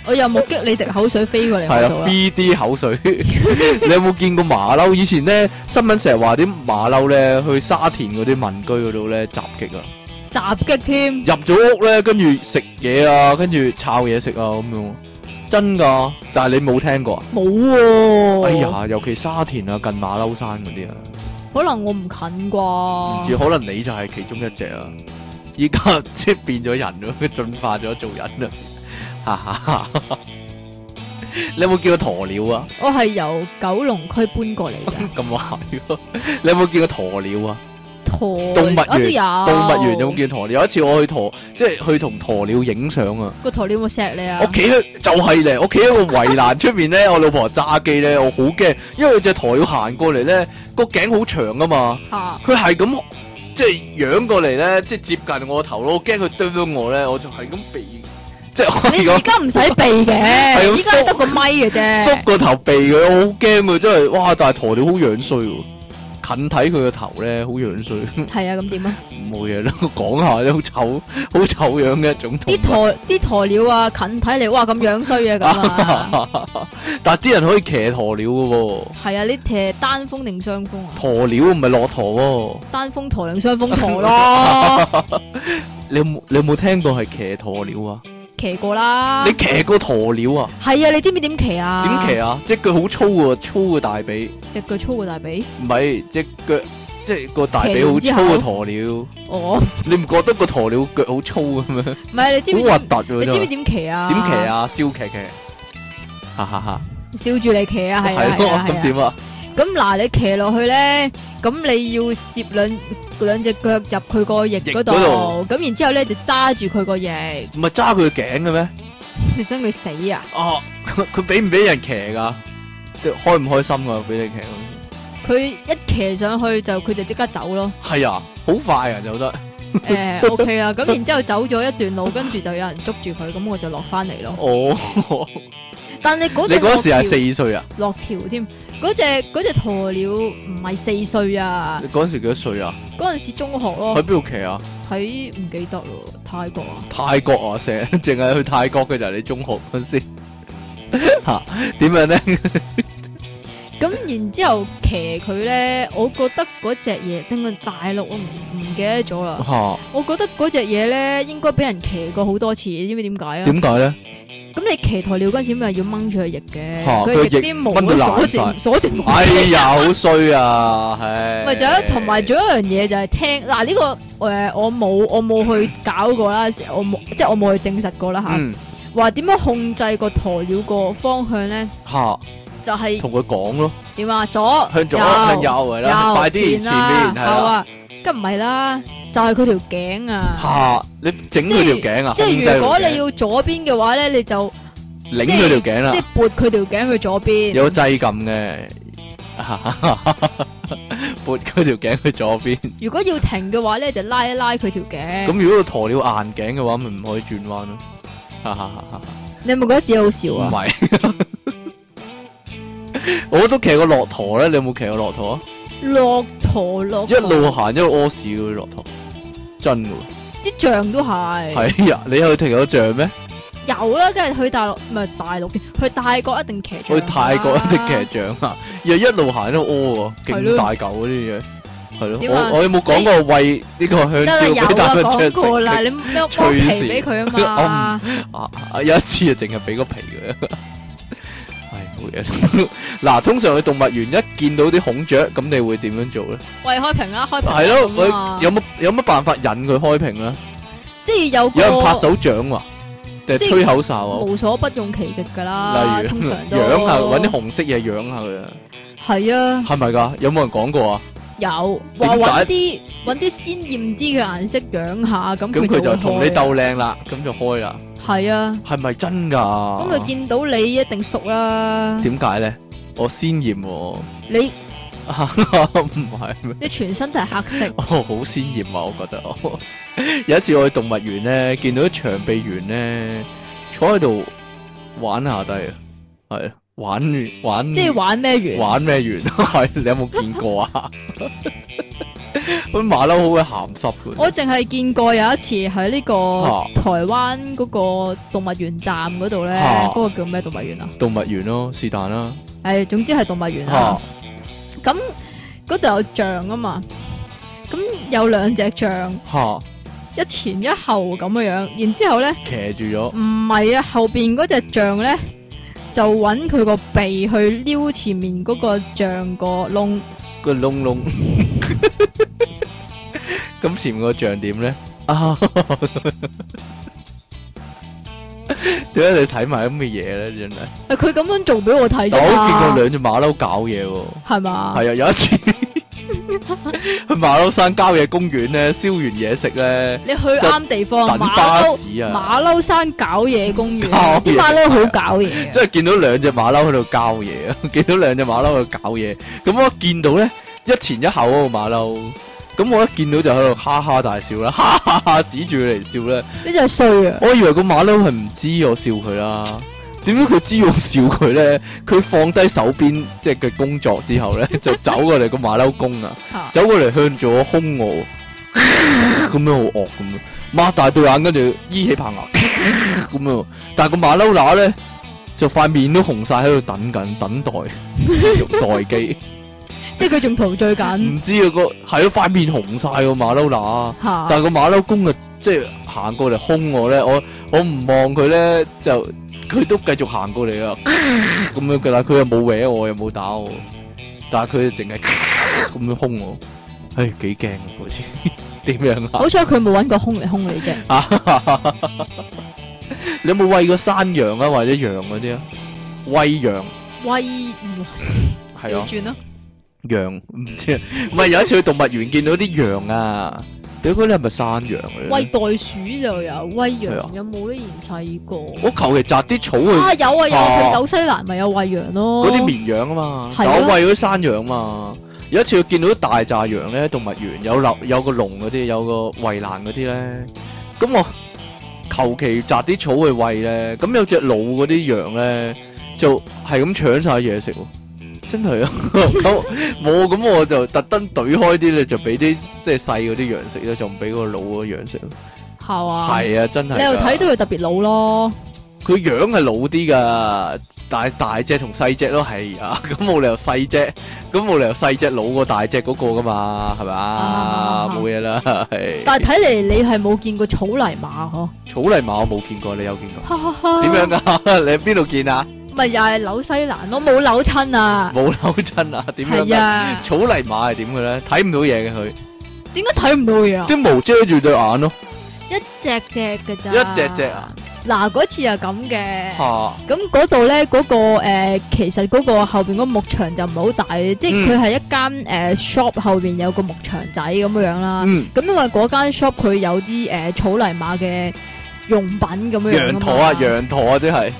我又目擊你滴口水飛過嚟
係
我
啊
度啦。
，B D 口水， 你有冇見過馬騮？以前咧新聞成日話啲馬騮咧去沙田嗰啲民居嗰度咧襲擊啊。
襲擊添。
入咗屋咧，跟住食嘢啊，跟住抄嘢食啊，咁樣真噶，但係你冇聽過啊？
冇喎。
哎。呀，尤其沙田啊，近馬騮山嗰啲啊，
可能我唔近
唔、
啩
知。可能你就係其中一隻啊。依家 即係變咗人咯，進化咗做人啦，哈哈哈哈！你有冇見過鴕鳥啊？
我係由九龍區搬過嚟 嘅。
咁話咯，你有冇見過鴕鳥啊？
鴕
動物園
我都有。
動物園有冇見鴕鳥？有一次我去鴕，即係去同鴕鳥影相啊。
個鴕鳥有冇錫你啊
我？企喺就係咧，我企喺個圍欄出面咧，我老婆揸機咧，我好驚，因為只台要行過嚟咧，個頸好長啊嘛，
嚇
佢係咁即係仰過嚟咧，即係接近我個頭咯，我驚佢啄到我咧，我就係咁避，即係我係
你而
咁
家唔使避
係咁
嘅，依家係
縮
得個咪嘅
縮
啫。
個頭避佢，我好驚佢真係，哇！但係鴕鳥好樣衰喎，近睇佢個頭咧，好樣衰，
系啊，咁點啊？
冇嘢啦，講下啫，好醜， 好醜樣嘅一種動
啲
物。
鸵啲鸵鳥啊，近睇嚟，哇咁樣衰嘅咁 啊！
但係啲人可以騎鴕鳥嘅喎，
係啊，呢踢單峰定雙峰啊？
鴕鳥唔係駱駝喎。
單峰鴕定雙峰鴕 咯，
你有冇你有冇聽過係騎鴕鳥啊？
騎過啦
你。騎過鴕鳥啊？
係啊，你知唔知點騎啊？
點騎啊？隻腳好粗喎，粗嘅大髀，
隻腳粗過大髀。
唔係隻腳，即係個大髀好粗
騎完
嘅
之
鴕鳥。
哦，
你唔覺得個鴕鳥腳好粗嘅咩？
唔係你知唔知
好核
點？
突
你
㗎
知唔知
真係。
點騎啊？
點騎？啊？燒騎騎，哈哈哈。
笑住你騎啊，係啊，
哦係
係啊，
咁
係啊。
點啊？
咁嗱，你騎落去咧，咁你要接兩兩隻腳入佢個翼嗰
翼嗰
度，咁然之後咧就揸住佢個翼，
唔係揸佢頸嘅咩？
你想佢死啊？
哦，佢佢俾唔俾人騎㗎？即係開唔開心啊？俾你騎嗰
佢一騎上去就佢就即刻走咯。
啲，係啊，好快啊，走得。
诶，OK 啦，咁然之後走咗一段路，跟住就有人捉住佢，咁我就落翻嚟咯。
哦，
但你嗰
你
只
嗰時係
落條
四歲啊？
落條添，嗰只嗰只鸵鳥唔係四歲啊，
你嗰時幾多歲啊？
嗰陣時中學
喺
咯，
邊度騎啊？
喺唔記得咯，泰國啊，
泰國啊，成日淨係去泰國嘅就係你中學嗰時 吓點樣咧？
咁然之後騎佢咧，我覺得嗰只嘢，定係大陸我唔唔記得咗啦，
吓
我覺得嗰只嘢咧應該俾人騎過好多次，知唔 知點解啊？
點解咧？
咁你騎鸵鳥嗰陣時咪要掹住佢翼嘅，
嚇
佢
佢
翼
翼
啲毛
掹到
都鎖
爛晒
住鎖住毛。
哎呀，好衰啊！唉，
咪就係咯，同埋仲有一樣嘢就係聽嗱呢、個呃我冇我冇去搞過啦，我冇即係我冇去證實過啦吓。
嗯
話點、樣控制個鴕鳥個方向咧？
吓，
就係
同佢講咯，
點啊？左
向左向右係啦，
右
快啲前面
前啦，
係
後
啦
啊，梗唔係啦，就係佢條頸啊！
吓，你整佢條頸啊，
即
控
係
制
如果
佢條頸
你要左邊嘅話咧，你就
擰佢條頸啦
即，係撥佢條頸去左邊。
有掣撳嘅， 撥佢條頸去左邊。
如果要停嘅話咧，就拉一拉佢條頸。
咁如果個鴕鳥硬頸嘅話，咪唔可以轉彎咯。哈哈哈哈
你有冇覺得自己好笑
唔
啊？
係， 我都騎過駱駝咧。你有冇騎過駱駝啊？
落駝落
一路行一路屙屎嗰啲駱駝，真嘅
啲象都係。
喎。係啊，你有停咗象咩？
有啦，梗係去大陸，唔係大陸嘅，去泰國一定騎象
去
啦。
泰國一定騎象啊，又一路行一路屙喎，
係
勁
咯
大嚿嗰啲嘢。係咯，
點啊
我我有冇講過喂呢個香
得啦，有
蕉
啊，
俾大笨
講
象
過啦，
食？
你咩剝
隨
皮
時
俾佢 啊嘛？
啊啊！有一次就淨係俾個皮佢， 係冇嘢啦。 嗱，通常去動物園一見到啲孔雀，咁你會點樣做咧？
喂，開屏啦，開屏啦
係咯，
咁啊
佢有冇有乜辦法引佢開屏咧？
即係有個
有人拍手掌喎，定係
即係
吹口哨啊？
無所不用其極㗎啦，
例如
啊通 常都
養下揾啲紅色嘢養下佢啊，
係啊，
係咪㗎？有冇人講過啊？
有
點
話揾
解
啲揾啲鮮豔啲嘅顏色養下，咁
咁佢就
就
同你
會開啊
鬥靚啦，咁就開啦，
係啊，
係咪真
咁佢
㗎？
見到你一定熟啦，
啊點解咧？我鮮豔喎，
你
唔係咩？
你全身都係黑色，
哦，好鮮豔啊！我覺得 我有一次我去動物園咧，見到啲長臂猿咧坐喺度玩下低啊，係啊玩玩
即係玩咩魚？
玩咩猿？ 係你有冇見過 啊？嗰啲馬騮好鬼鹹濕嘅，
我淨係見過有一次喺呢個
啊
台灣嗰個動物園站嗰度咧，
啊
嗰個叫咩動物園啊？
動物園咯，是但啦
誒，總之係動物園
嚇
啦。咁嗰度有象啊嘛，咁有兩隻象，
嚇
一前一後咁樣樣。然之後咧，
騎住咗
唔係啊，後邊嗰隻象咧就揾佢個鼻去撩前面嗰個象個窿，
個窿 窿，咁前面個像點咧？ 啊！點解你睇埋咁嘅嘢咧？真
係
係〜
佢咁樣做俾我睇啫
但我都見過
嘛，
兩隻馬騮搞嘢喎，
係嘛？
哎係啊，有一 次去馬騮山郊野公園咧，燒完嘢食咧，
你去啱地方，
等
馬
巴
騮。
士啊，
馬騮山搞嘢公園，
搞嘢
啲馬騮好搞嘢嘅。
即係見到兩隻馬騮喺度交嘢啊，見到兩隻馬騮喺度搞嘢，咁我見到咧一前一後嗰個馬騮，咁我一見到就喺度哈哈大笑啦，哈哈哈指住佢嚟笑咧，
呢只係衰啊！
我以為個馬騮係唔知我笑佢啦，點解佢知我笑佢咧？佢放低手邊即係嘅工作之後咧， 就走過嚟個馬騮公啊，
啊
走過嚟向住我兇我，咁樣好惡咁樣，擘大對眼跟住依起棚牙 咁樣，但係個馬騮乸咧就塊面都紅晒喺度等緊等待待機，
即係佢仲陶醉緊
唔知啊個係咯塊面紅晒個馬騮乸。
吓，
但係個馬騮公啊，即係行過嚟兇我咧，我我唔望佢咧，就佢都繼續行過 嚟啊，咁樣噶啦，佢又冇搲我，又冇打我，但係佢淨係 咁樣兇我，唉，幾驚啊嗰次， 點樣啊？
好彩佢冇揾個空嚟空你啫。
你有冇喂過山羊啊，或者羊嗰啲啊？喂羊
喂，唔
係啊。
轉啦，
羊唔知啊，唔係有一次去動物園見到啲羊啊，屌嗰啲係咪山羊嚟
喂
咧？
袋鼠就有，喂
係啊
羊有冇呢？以前細個
我求其摘啲草去
啊有啊有啊，
啊
佢紐西蘭咪有喂羊咯，
嗰啲綿羊啊嘛，
係
但
啊
我喂嗰啲山羊嘛。有一次我見到大扎羊咧，喺動物園有立有個籠嗰啲，有個圍欄嗰啲咧，咁我求其摘啲草去喂咧，咁有隻老嗰啲羊咧就係咁搶晒嘢食喎，真係啊！ 咁冇咁我就特登懟開啲咧，就俾啲即係細嗰啲羊食咧，就唔俾個老嗰啲羊食咯。
係嘛？
係啊，真係㗎。
你又睇到佢特別老咯，
佢樣係老啲噶，但係大隻同細隻咯，係啊， 咁冇理由細隻，咁冇理由細隻老過大隻嗰個噶嘛，係咪啊？
啱啱啱
冇嘢啦，係。
但係睇嚟你係冇見過草泥馬嗬，
草泥馬我冇見過，你有見過？
哈哈哈
點樣？噶？ 你喺邊度見啊？
咪又係紐西蘭咯，冇扭親啊，
冇扭親啊？點樣
係
㗎？
啊，
草泥馬係點嘅咧？睇唔到嘢嘅佢，
點解睇唔到嘢啊？
啲毛遮住對眼咯，
一隻隻嘅咋，
一隻隻啊。
嗱，嗰次係咁嘅。
嚇
咁嗰度咧，嗰、個呃其實嗰個後邊嗰個牧場就唔係好大嘅，即係
嗯
佢係一間誒 shop 後邊有個牧場仔咁樣樣啦。
嗯，
咁、因為嗰間 shop 佢有啲誒、呃草泥馬嘅用品咁樣樣
羊
㗎嘛
駝啊，羊駝啊，即係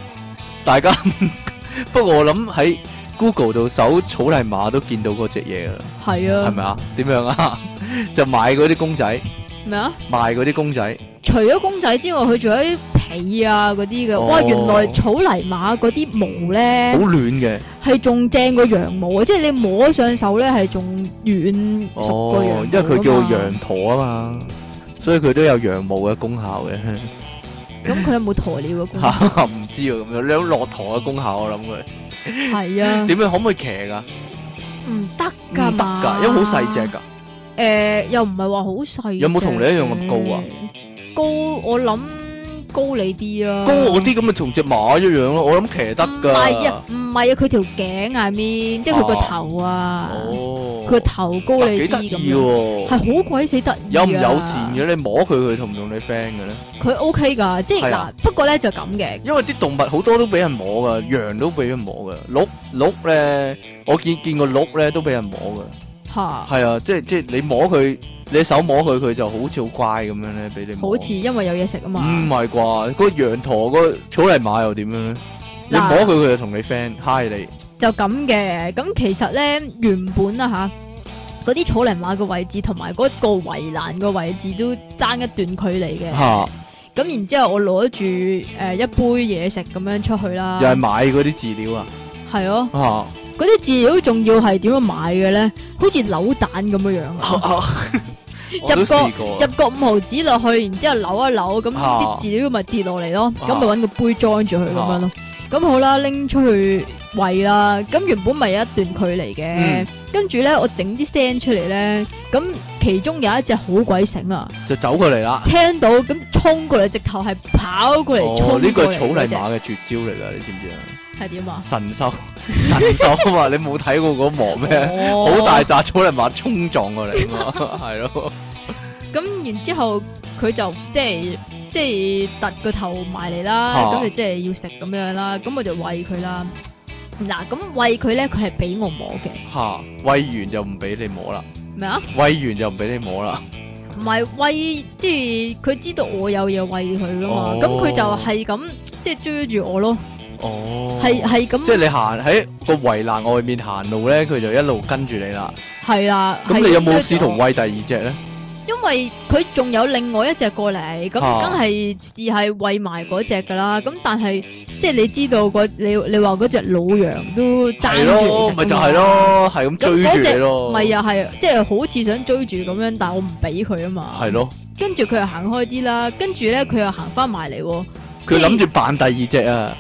大家。 不過我諗喺 Google 度搜草泥馬都見到嗰只嘢㗎啦。
係
係
啊，
咪啊？點樣啊？ 就買嗰啲公仔，
咩啊？
賣嗰啲公仔，
除咗公仔之外，佢仲有啲被啊嗰啲嘅。
哦
哇，原來草泥馬嗰啲毛
好
咧
暖嘅。
係仲正過羊毛啊！即係你摸上手咧係仲軟熟過
哦
羊毛，
因為佢叫
㗎嘛
羊駝啊嘛，所以佢都有羊毛嘅功效嘅。
嗯 咁佢有冇鴕鳥嘅啊功能？
唔知啊，咁樣你有駱駝嘅功效，我諗佢
係啊。
點樣可唔可以騎㗎？
唔得
唔
噶
得㗎，因為好細隻。㗎。
嗯诶、又唔係話好細。
有冇同你一樣咁高啊？
高，我諗高你啲啦。
高我啲咁咪同只馬一樣咯，我諗騎得
唔係啊
㗎。，
唔係啊，佢條頸下面，即係佢個頭啊，
哦，
佢個頭高
嗱
你
幾得
啲咁
意
樣，
喎
係。啊好鬼死得意。啊
有唔友善？嘅？你摸佢，佢同唔同你 friend 嘅咧？
佢 OK 㗎，即係
係
嗱
啊，
不過咧就咁嘅，
因為啲動物好多都俾人摸噶，羊都俾人摸噶，鹿鹿咧，我見見過鹿咧都俾人摸噶，
吓，
係啊，即係即係你摸佢，你手摸佢，佢就好似好乖咁樣咧，俾你摸。
好似因為有嘢食啊
唔
嘛。
係啩？個羊駝個草泥馬又點樣咧？你摸
嗱
佢，佢就同你 friend hi 你，
就咁嘅。咁其實咧，原本啊吓，嗰啲草泥馬嘅位置同埋嗰個圍欄嘅位置都爭一段距離嘅。
嚇
咁然之後我攞住誒一杯嘢食咁樣出去啦，
又係買嗰啲飼料啊，
係咯，
嚇
嗰啲飼料仲要係點樣買嘅咧？好似扭蛋咁樣樣啊，
我都
入
試過
入個五毫紙落去，然之後扭一扭，咁
啊
啲飼料咪跌落嚟咯，
啊
咁咪揾個杯裝住佢咁樣咯。咁好啦，拎出去喂啦，咁原本咪有一段距離嘅
嗯，
跟住咧我整啲聲出嚟咧，咁其中有一隻好鬼醒啊，
就走過嚟啦。
聽到咁衝過嚟，直頭係跑過嚟
哦，
衝
呢個
過嚟
係草泥
嗰隻，
馬嘅絕招嚟㗎，你知唔知啊？
係點啊？
神獸神獸啊嘛，你冇睇過嗰幕咩？
哦
好大扎草泥馬衝撞過嚟啊嘛，係咯，
咁然之後佢就即係即係突個頭埋嚟啦，
啊
咁就即係要食咁樣啦，咁我就喂佢啦。嗱，咁喂佢咧，佢係俾我摸嘅，
嚇喂完就唔俾你摸啦，
咩啊？
喂完就唔俾你摸啦，
唔係喂，即係佢知道我有嘢喂佢噶嘛，
哦
咁佢、就係咁即係追住我咯，
哦，
係係
即
咁，
係你行喺個圍欄外面行路咧，佢就一路跟住你啦。
係啦。
咁
係啊
你有
追
冇
住
試圖
我？
喂第二隻咧？
因為佢仲有另外一隻過嚟，咁
啊
梗係試係喂埋嗰只噶啦。咁但係即係你知道嗰你你話嗰只老羊都爭
係
住嚟
咯，
食
咪
㗎
就
嘛
係，咯，係咁追
嗰
住
隻
你咯，
咪又係即係好似想追住咁樣，但我唔俾佢啊嘛。
係咯，
跟住佢又行開啲啦，跟住咧佢又行翻埋嚟
啊
喎。
佢諗住扮第二隻啊，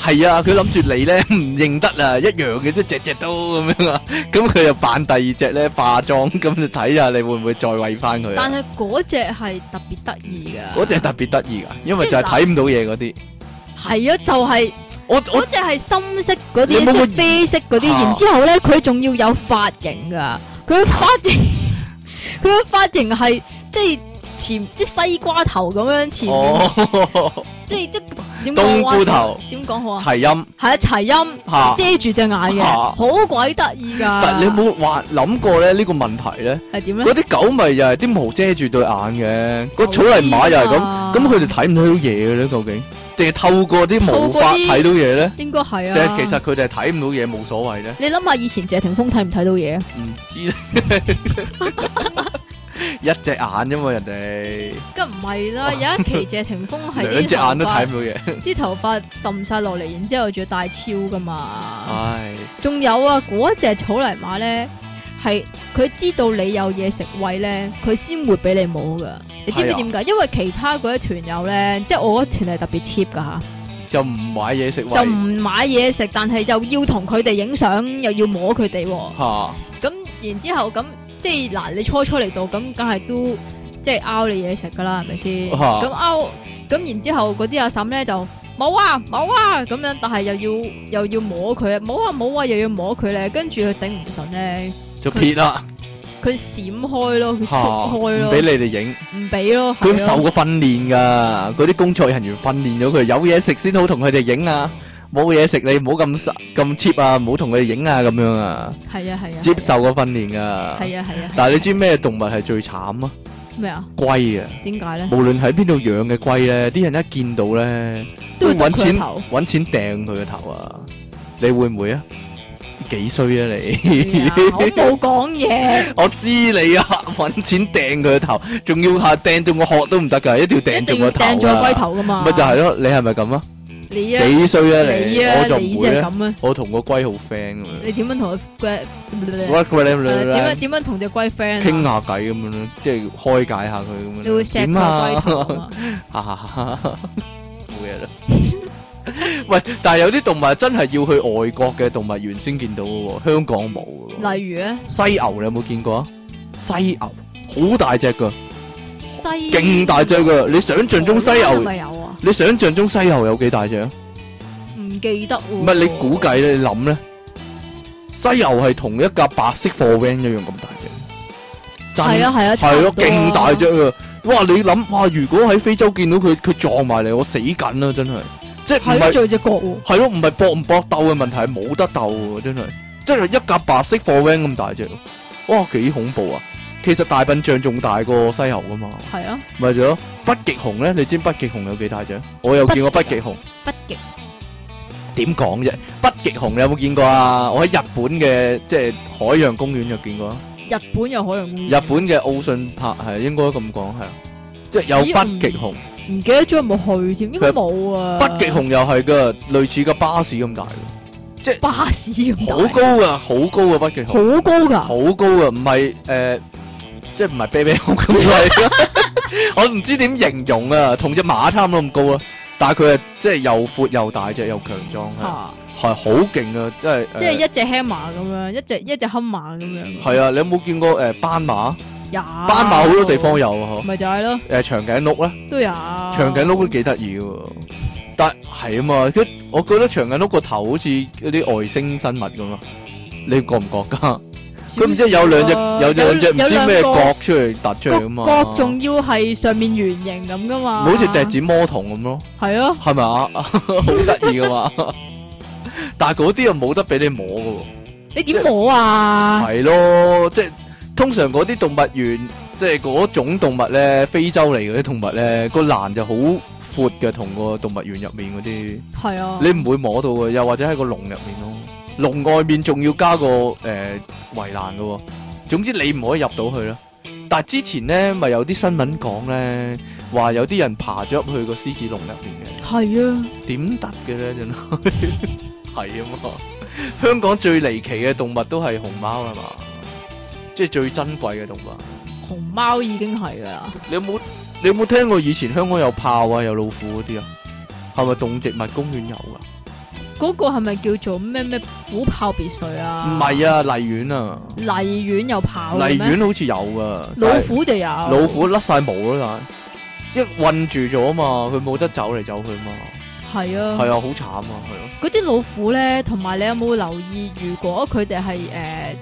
係啊，佢諗住你咧唔認得啊，一樣嘅啫，隻隻都咁樣啊，咁佢就扮第二隻咧化妝，咁就睇下你會唔會再喂翻佢
但
啊。
係嗰只係特別得意噶，
嗰隻特別得意噶，因為
即
就
係
係睇唔到嘢嗰啲。
係啊，就係
我我
嗰只係深色嗰啲，
你有冇
即
個
係啡色嗰啲，
啊
然之後咧佢仲要有髮型噶， 佢嘅髮型佢嘅髮型係即係前即係西瓜頭咁樣前 面，
哦，
即係即係點
冬
講
菇
啊？
頭
點講好啊？
齊音。
係啊，齊音
嚇
遮住隻眼嘅，
嚇
好鬼得意噶。
但你有冇話諗過咧呢個問題咧？
係點咧？
嗰啲狗咪又係啲毛遮住對眼嘅，個草泥馬又係咁，
咁
咁佢哋睇唔睇到嘢嘅咧？究竟定係透過啲毛
透過
髮
啲
睇到嘢咧？
應該係
定
啊。
係其實佢哋係睇唔到嘢冇所謂咧？
你諗下以前謝霆鋒睇唔睇到嘢啊？
唔知咧， 一隻眼啫嘛，人哋
梗唔係啦，有一期謝霆鋒係
兩
啲
隻眼都睇唔
頭
到嘢。
髮，啲頭髮揼晒落嚟，然之後仲要戴超噶嘛。
唉，
仲有啊，嗰只草泥馬咧，係佢知道你有嘢食喂咧，佢先會俾你冇噶。你知唔
係
知
啊
點解？因為其他嗰啲團友咧，即係我嗰團係特別 cheap 噶吓。
就唔買嘢食喂
就唔買嘢食，但係又要同佢哋影相，又要摸佢哋、喎。
嚇，
咁然之後咁，即係嗱，你初初嚟到咁，梗係都即係拗你嘢食噶啦，係咪先？
啊
咁拗咁然之後嗰啲阿嬸咧就冇啊冇啊咁樣，但係又要又要摸佢，冇啊冇啊又要摸佢咧，跟住佢頂唔順咧，
就撇啦
佢閃開咯，佢
嚇，
縮開
唔
咯
俾，你哋影。
唔俾咯，啊
佢
係咯
受過訓練㗎，嗰啲工作人員訓練咗佢，有嘢食先好同佢哋影啊，冇嘢食你唔好咁實咁 cheap 啊，唔好同佢哋影啊咁樣啊，
係啊係啊，
接受過訓練㗎。
係啊係啊，
但係你知咩動物係最慘啊？
咩啊？
龜啊，
點解咧？
無論喺邊度養嘅龜咧，啲人一見到咧
都要
都
揼
揾
佢
錢
頭。
揾錢掟佢個頭啊！你會唔會啊？幾衰啊
係啊我
你！
冇講嘢，
我知你啊，揾錢掟佢個頭，仲要係掟中個殼都唔得㗎，一定要
一
掟
定
中
要
個頭
掟咗個龜
啊！
頭噶嘛。
咪就係咯，你係咪咁啊？
你啊，
幾衰啊你？
你啊
我，就
你
唔
先係
會啊，
咁啊！
我同個龜好 friend 咁樣
你點樣同佢呃龜？
喂喂你
係
你
點樣
你，
點樣同只龜 friend
傾
啊？
下偈咁樣咯，即係開解下佢咁樣。
你會錫佢
點
個龜
啊
頭啊嘛？
哈哈哈哈 冇嘢啦。喂，但係有啲動物真係要去外國嘅動物園先見到嘅喎，香港冇嘅喎。
例如咧，
犀牛你有冇見過啊？犀牛好大隻㗎，
西
勁大隻㗎。你想象中犀
係
牛，
咪哦有啊？
你想象中犀牛有幾大隻啊？
唔記得喎。
唔係你估計咧，你諗咧，犀牛係同一架白色貨 van 一樣咁大隻，
係啊係啊，
真，係
差唔
咯，
多啊
勁大隻啊！哇，你諗哇，如果喺非洲見到佢，佢撞埋嚟，我死緊啦，真係，即係唔
係咯，
係
做只角喎。
係咯，唔係搏唔搏鬥嘅問題，係冇得鬥喎，真係，真係一架白色貨 van 咁大隻，哇，幾恐怖啊！其實大笨象仲大過犀牛噶嘛，
係啊，
咪就係咯。北極熊咧，你知北極熊有幾大隻？我有見過北極熊。
北極
點講啫？北極熊你有冇見過啊？我喺日本嘅即係海洋公園就見過啊。
日本有海洋公
日
園，
本嘅奧信拍係應該咁講係啊，即係有北極熊，
唔記得咗有冇去添，應該冇啊。
北極熊又係噶，類似個巴士咁大嘅，
巴士咁大
好，高啊，好高啊北極熊，
好高㗎，
好高啊，唔係誒，即係唔係啤啤熊咁貴啊？ 我唔知點形容啊，同只馬差唔多咁高啊，但係佢係即係又闊又大隻又強壯啊，
嚇
係好勁啊，即係
即係
誒。
一隻 hammer 咁樣，一隻一隻 hammer 咁樣。
係啊，你有冇見過誒斑馬？
有
斑馬好多地方，有啊，
咪就係咯，
嗬。誒長頸鹿咧，
都有
長頸鹿都幾得意嘅喎。但係啊嘛，佢我覺得長頸鹿個頭好似嗰啲外星生物咁啊。你覺唔覺㗎？
少
佢唔知有兩隻
少啊
有兩隻唔
有
知咩
兩
角出嚟突出
個
嚟啊嘛。
個角仲啊要係上面圓形咁噶嘛，
唔好似笛子魔童咁咯，
係咯，
係咪啊？ 好得意噶嘛！但係嗰啲又冇得俾你摸嘅喎。
你點摸啊？
係咯，即係通常嗰啲動物園，即係嗰種動物咧，非洲嚟嗰啲動物咧，個欄就好闊嘅，同個動物園入面嗰啲，
係啊，
你唔會摸到嘅，又或者喺個籠入面咯，呃籠外面仲要加個誒圍欄嘅喎，總之你唔可以入到去啦。但系之前咧，咪有啲新聞講咧，話有啲人爬咗入去個獅子籠入边嘅，
系啊，
點得嘅咧真係 係啊嘛！香港最離奇嘅動物都係熊貓啊嘛，即係最珍貴嘅動物。
熊貓已經係噶啦，
你有冇你有冇聽過以前香港有豹啊，有老虎嗰啲啊？係咪動植物公園有啊噶？
嗰、個係咪叫做咩咩虎豹別墅啊？
唔係啊，荔園啊，
荔苑有跑嘅
荔
咩？
園好似有噶。
老虎就有，
老虎甩晒毛啦，但係一困住咗啊嘛，佢冇得走嚟走去嘛，
係啊，
係啊，好慘啊，係咯，
嗰啲老虎咧，同埋你有冇留意？如果佢哋係诶，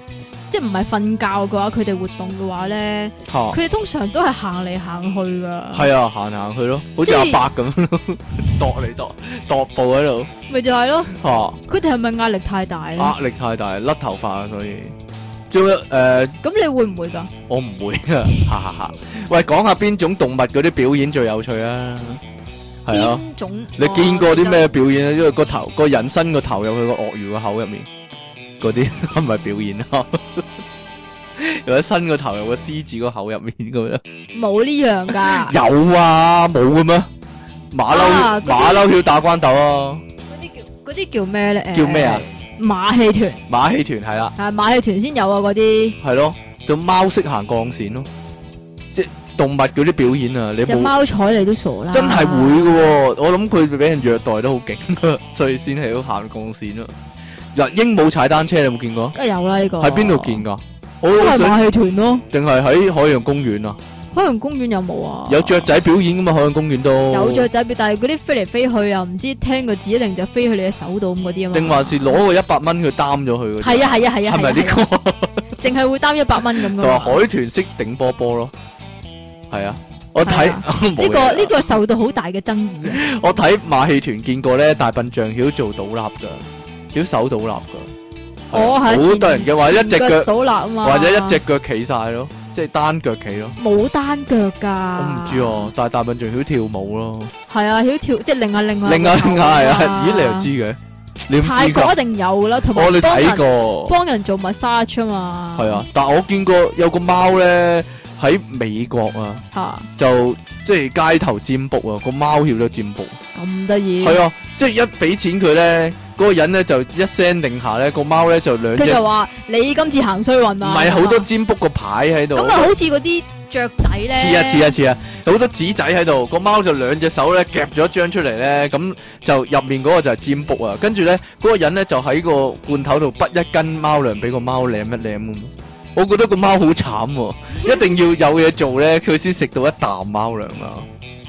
即系唔係瞓覺嘅話，佢哋活動嘅話咧，
嚇
佢哋通常都係行嚟行去噶，
係啊，行行去咯，好似
即
阿
係
伯咁咯， 踱嚟踱踱步喺度
咪就係咯。
嚇，
佢哋係咪壓力太大咧？
哦壓力太大，甩頭髮啊，所以仲有誒，
咁你會唔會㗎？
我唔會啊， 哈哈哈！喂，講下邊種動物嗰啲表演最有趣啊？係啊，
邊種？
你
哦
見過啲？
其實
咩表演啊？因為個頭個人伸個頭入去個鱷魚個口入面，嗰啲 係咪表演啊？ 或者伸個頭入個獅子個口入面 咁樣？
哦冇呢樣 㗎，
有啊，冇嘅咩？馬
啊
騮
嗰啲
馬騮要打關鬥啊！
嗰啲叫嗰啲叫咩咧？誒
叫咩啊？
馬戲團
馬戲團係啦，
啊，馬戲團先有啊，嗰啲
係咯，就貓識行鋼線咯，即係動物嗰啲表演啊！你
只
冇
貓睬你都傻啦，
真係會嘅喎，我諗佢俾人虐待得好勁， 所以先係要行鋼線咯。嗱，鸚鵡踩單車你有冇見過？
梗係有啦呢個。
喺邊度見？㗎？我
都
好
係
想
馬戲團咯，
定係喺海洋公園啊？
海洋公園有冇啊？
有雀。仔表演噶嘛？海洋公園都
有雀仔，但係嗰啲飛嚟飛去又唔知聽個指令就飛去你嘅手度咁嗰啲啊嘛。
定還是攞個一百蚊佢擔咗佢嗰啲？
係啊係啊係啊，
係咪
係啊？
呢個？
淨係會擔一百蚊咁
同
噶
埋
嘛。
海豚識頂波波咯，係啊！我睇
係啊
呢
呢個呢個受到好大嘅爭議啊！
我睇馬戲團見過咧，大笨象曉做倒立㗎，曉手倒立㗎，係啊
哦我係
好多人嘅話一隻腳。
倒立啊嘛，
或者一隻腳企晒咯，即係單腳企咯。
冇單腳㗎。
我唔知哦，但係大笨象曉跳舞咯，
係啊，曉跳即係另外另外
另外另 外係啊，咦
知？
你又知嘅？你唔
泰
知
國
㗎？
一定有啦，同
我
埋
你
幫
睇
人
過，
幫人做 massage 啊嘛。
係啊，但我見過有個貓咧喺美國啊，
嚇，
就即係街頭占卜啊，個貓曉咗占卜，
咁得意。
係啊，即係一俾錢佢咧，嗰個人咧就一聲令下咧，個貓咧就兩隻，
佢就
唔
話：你今次行衰運啊！
係好多占卜個牌喺度
咁。啊，好似嗰啲雀仔咧，
似啊似啊似啊，有好多紙仔喺度，個貓就兩隻手咧夾咗一張出嚟咧，咁就入面嗰個就係占卜啊，跟住咧嗰個人咧就喺個罐頭度滗一斤貓糧俾個貓舐一舐咁。我覺得個貓好慘喎、一定要有嘢做咧，佢先食到一啖貓糧啊！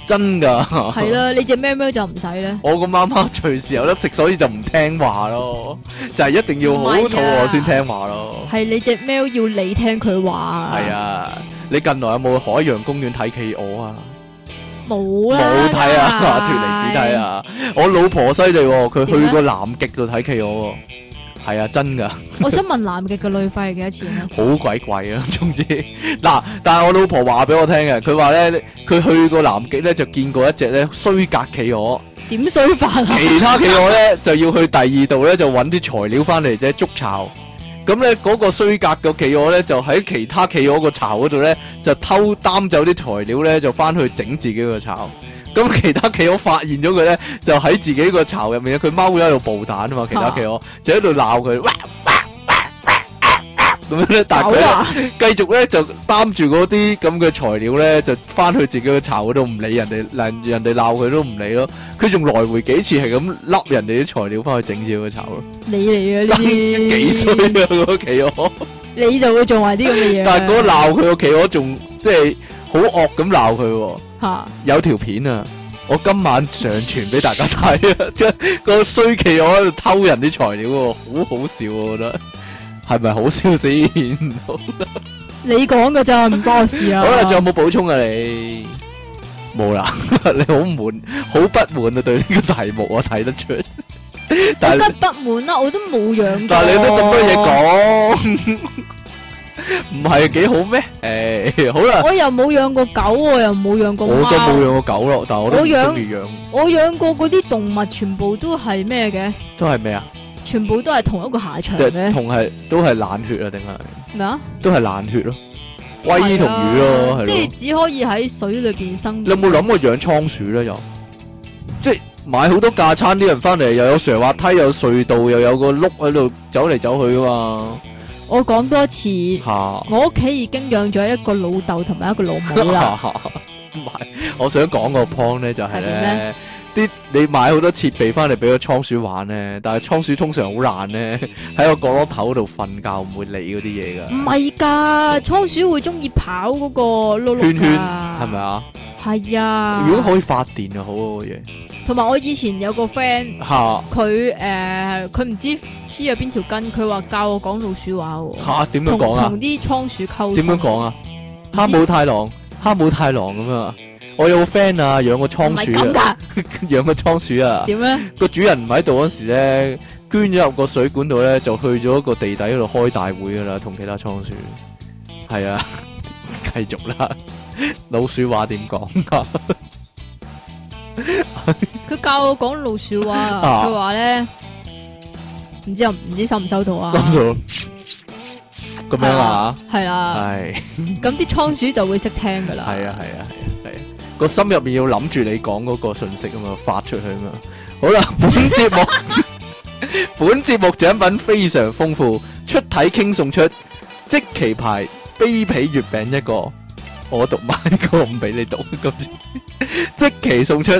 真㗎，
係 啦，你只喵喵就唔使咧。
我個貓貓隨時有得食，所以就唔聽話咯，就係、一定要好
唔係啊
肚餓先聽話咯。
係你只喵要你聽佢話。
係，啊，你近來有冇去海洋公園睇企鵝啊？
冇啦，
冇睇 啊，脱
梗
離
係
子睇！啊！我老婆犀利喎，佢
點
去
咧
過南極度睇企鵝喎。係啊，真㗎，
我想問南極嘅旅費係幾多錢啊？
好鬼貴啊！總之，嗱，但係我老婆話俾我聽嘅，佢話咧，佢去過南極咧就見過一隻咧衰格企鵝，
點衰法啊？
其他企鵝咧就要去第二度咧就揾啲材料翻嚟啫，築巢。咁咧嗰個衰格嘅企鵝咧就喺其他企鵝個巢嗰度咧就偷擔走啲材料咧就翻去整自己個巢。咁其他企鵝發現咗佢咧，就喺自己個巢入面咧，佢踎咗喺度爆蛋啊嘛，其他企鵝就喺度鬧佢，哇哇哇哇哇咁樣咧，但係
狗
佢呢
啊！
繼續咧就擔住嗰啲咁嘅材料咧，就翻去自己個巢嗰度唔理人哋，人人哋鬧佢都唔理咯。佢仲來回幾次係咁笠人哋啲材料翻去整自己個巢咯，
你 嚟嘅呢
真
啲
幾衰啊！嗰個企鵝，
你就會做埋啲咁嘅嘢。
但係嗰個鬧佢個企鵝仲即係好惡咁鬧佢喎。
嚇
有條片啊，我今晚上傳俾大家睇啊！即係個衰企鵝喺度偷人啲材料喎，好好笑啊！我覺得係咪好笑先？
你講嘅咋，唔關我事啊。
好啦，仲有冇補充啊？你冇啦， 你好滿，好不滿啊！對呢個題目我睇得出， 但
我
係
梗不滿啦，我都冇養。
但係你都咁多嘢，講， 唔係幾好咩？誒， 好啦，
我又冇養過狗，我又冇養過
我都冇
貓，
養過狗咯，但係我都
我
唔
養
中意養，
我養過嗰啲動物全部都係咩嘅？
都係咩啊？
全部都係同一個下場
即係
嘅
同係都係冷血啊，定係
咩啊？
都係冷血咯。龜同
啊
魚咯，係咯
即係只可以喺水裏邊生
你
活。
有 冇諗過養倉鼠咧？又即係買好多架撐啲人翻嚟，又有斜滑梯，又有隧道，又有個碌喺度走嚟走去噶嘛
我講多次，
嚇。
我屋企已經養咗一個老豆同埋一個老妹啦。
唔係，我想講個 point 咧就係
係點
咧，啲你買好多設備翻嚟俾個倉鼠玩咧，但係倉鼠通常好懶咧，喺個角落頭度瞓覺，唔會理嗰啲嘢
唔
㗎，
係㗎，倉鼠會中意跑嗰個碌碌
圈圈
係
係咪？啊？
係啊。
如果可以發電就好啊嗰個嘢
同埋我以前有個 friend，
嚇
佢誒佢唔知黐咗邊條筋，佢話教我講老鼠話喎。
嚇點樣
同
講啊
同？啲倉鼠溝通
點樣講啊？哈姆太郎，哈姆太郎咁樣啊！我有個 friend 啊，養個
唔係
倉
咁
鼠 啊，
㗎，
養個倉鼠啊。
點咧？
個主人唔喺度嗰時咧，捐咗入個水管度咧，就去咗個地底嗰度開大會噶啦，同其他倉鼠。係啊， 繼續啦。老鼠話點講啊？
佢教我講老鼠話，
啊
佢話咧唔知唔知收唔收到啊？
心度咁樣啊？
係啦，
係
咁啲倉鼠就會識聽㗎
係
啦。
啊係啊係啊係啊！個心入面要諗住你講嗰個信息啊嘛，發出去啊嘛。好 啦，本節目 本節目獎品非常豐富，出體傾送出即期牌卑鄙月餅一個，我讀埋呢個唔俾你讀，今次即期送出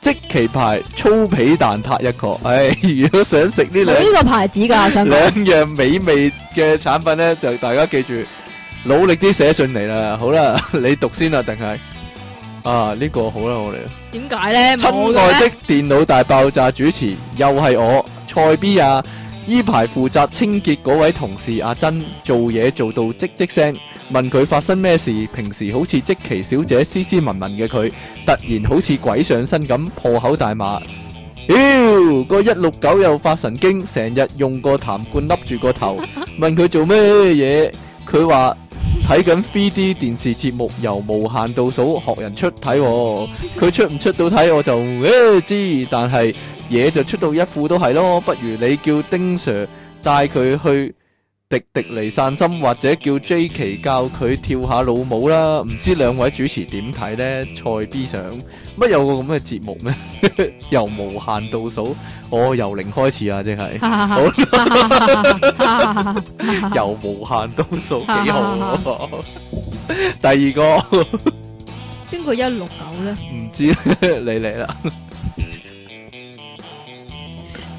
即期牌粗皮蛋撻一個。唉、如果想食呢
冇
兩
呢個牌子㗎，想講
兩樣美味嘅產品咧，就大家記住努力啲寫信嚟啦。好啦， 你讀先啦，定係啊？呢、個好啦，我嚟啦。
點解咧？冇
親
嘅
愛
咩
的電腦大爆炸主持又係我蔡 B 啊！依排負責清潔嗰位同事阿珍做嘢做到唧唧聲，問佢發生咩事。平時好似即奇小姐斯斯文文嘅佢，突然好似鬼上身咁破口大罵。妖個一六九又發神經，成日用個痰罐笠住個頭，問佢做咩嘢？佢話睇緊 3D 電視節目，由無限倒數學人出體喎、佢出唔出到睇我就誒知，但係嘢就出到一副都係咯。不如你叫丁 Sir 帶佢去迪迪尼散心，或者叫 J 奇教佢跳下老舞啦。唔知兩位主持點睇呢？蔡 B 上乜有個咁嘅節目咩？ 由無限倒數，我、由零開始啊，即 係
哈哈哈
好
哈哈哈
由無限倒數幾好喎、第二個
邊個一六九咧？
唔 知你嚟啦，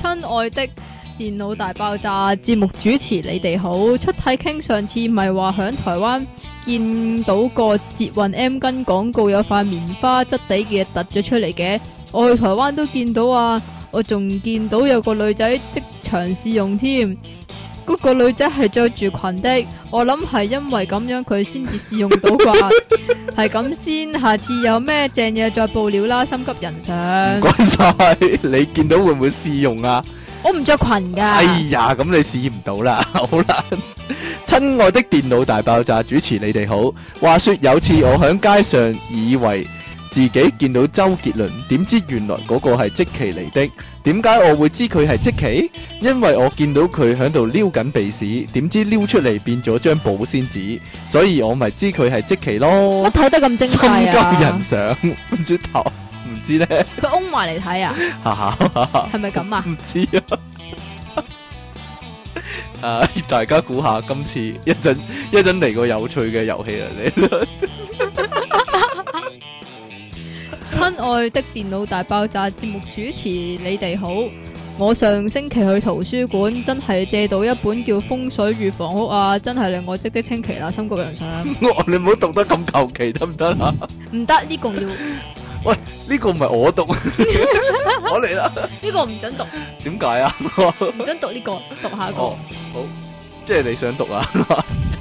親愛的電腦大爆炸節目主持，你哋好。出體傾上次咪話響台灣見到個捷運 M 巾廣告有塊棉花質地嘅嘢突咗出嚟嘅，我去台灣都見到啊！我仲見到有個女仔即場試用添，嗰、個女仔係着住裙的，我諗係因為咁樣佢先至試用到啩，係咁先，下次有咩正嘢再報料啦，心急人
唔
上。
該晒。你見到會唔會試用啊？
我唔着裙噶。
哎呀，咁你試唔到 啦，好啦。親愛的電腦大爆炸主持，你哋好。話說有次我喺街上以為自己見到周杰倫，點知原來嗰個係即奇嚟的。點解我會知佢係即奇？因為我見到佢喺度撩緊鼻屎，點知撩出嚟變咗張保鮮紙，所以我咪知佢係即奇
我
咯。
睇得咁精
心
細
急人
啊！
上， 唔知頭唔知呢，
佢擁埋嚟睇啊，
哈哈。
係咪咁啊？
唔知 啊！啊，大家估下今次一陣一陣嚟個有趣嘅遊戲啊！你
親愛的電腦大爆炸節目主持，你哋好。我上星期去圖書館，真係借到一本叫《風水與房屋》啊，真係令我即即清奇啦，心急人上。
我你唔 好讀得咁求其得唔得啊？
唔得，呢個要，呢
呢個唔係我讀， 我嚟啦。
個唔准讀，
點解啊？
唔准讀呢個，讀下一個。
哦，好，即係你想讀啊？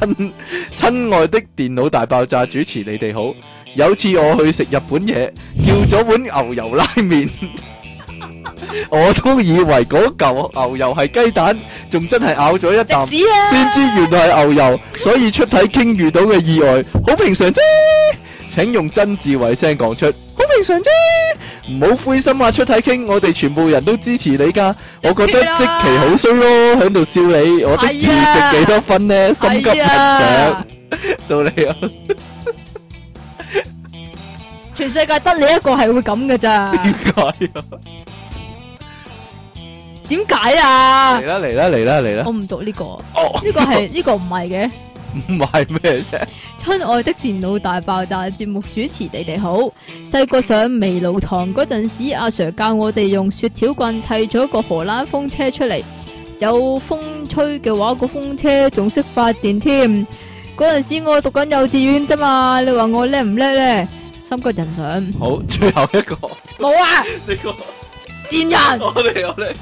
親親愛的電腦大爆炸主持，你哋好。有次我去食日本嘢，叫咗碗牛油拉麵， 我都以為嗰嚿牛油係雞蛋，仲真係咬咗一啖
食。屎啊！
先知原來係牛油，所以出體傾遇到嘅意外好平常啫。請用真智慧聲講出，好平常啫。唔好灰心啊，出體傾，我哋全部人都支持你㗎。我覺得即期好衰咯，喺度笑你，我的
係啊
二值幾多分呢？心急
係
人上
啊，
到你啊！
全世界得你一個係會咁嘅 咋？
點解啊？
點解啊
嚟？啦嚟啦嚟啦嚟啦！
我唔讀呢個，
哦，
呢個係呢個唔係嘅。
唔係咩啫？
親愛的電腦大爆炸節目主持你哋好，細個上微路堂嗰陣時，阿 Sir 教我哋用雪條棍砌咗個荷蘭風車出嚟，有風吹嘅話，個風車仲識發電添。嗰陣時我讀緊幼稚園啫嘛，你話我叻唔叻呢？心急人上，
好，最後一個
冇啊，
呢個。
賤人！
我哋我哋，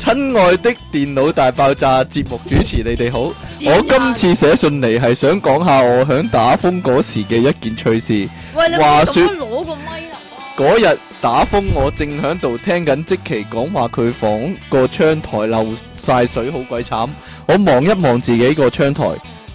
親愛的電腦大爆炸節目主持你哋好，
賤人
我今次寫信嚟係想講下我響打風嗰時嘅一件趣事。
喂，你唔好
話
咁
說
樣攞個咪啦，
嗰日打風，我正響度聽緊即期講話佢房個窗台漏晒水，好鬼慘。我望一望自己個窗台，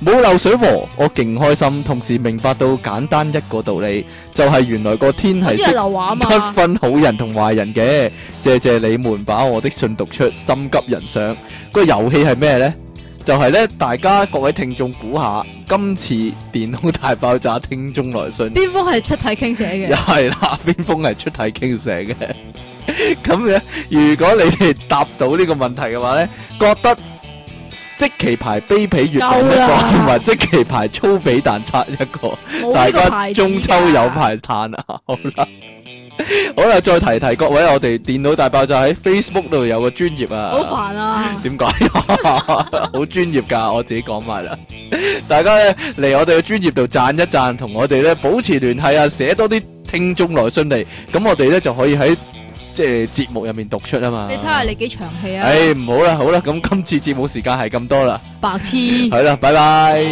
冇漏水喎，我勁開心，同時明白到簡單一個道理，就係、原來個天
我
係
知
識
係劉華啊
不
嘛，
分好人同壞人嘅，謝謝你們把我的信讀出，心急人上。個遊戲係咩呢？就係呢，大家各位聽眾估下，今次電腦大爆炸聽眾來信
邊方係出體傾寫嘅
又？係 啦，邊封係出體傾寫嘅。 咁咧，如果你哋答到呢個問題嘅話呢，覺得即期牌卑鄙月餅一
夠
個，
啦
同埋即期牌粗鄙蛋撻一個。
冇
大
呢個牌
家
子啊
中秋
㗎
有排嘆啊！ 好啦，好啦，再提提各位，我哋電腦大爆炸喺 Facebook 度有個專業
好
啊。
煩啊！
點解？ 好專業㗎，我自己講埋啦。大家咧嚟我哋嘅專業度讚一讚，同我哋咧保持聯繫啊，寫多啲聽眾來信嚟，咁我哋咧就可以喺即係節目入面讀出啊嘛。
你睇下你幾長氣啊！
唉，唔好啦，好啦，咁今次節目時間係咁多啦，
白痴。
係啦，拜拜。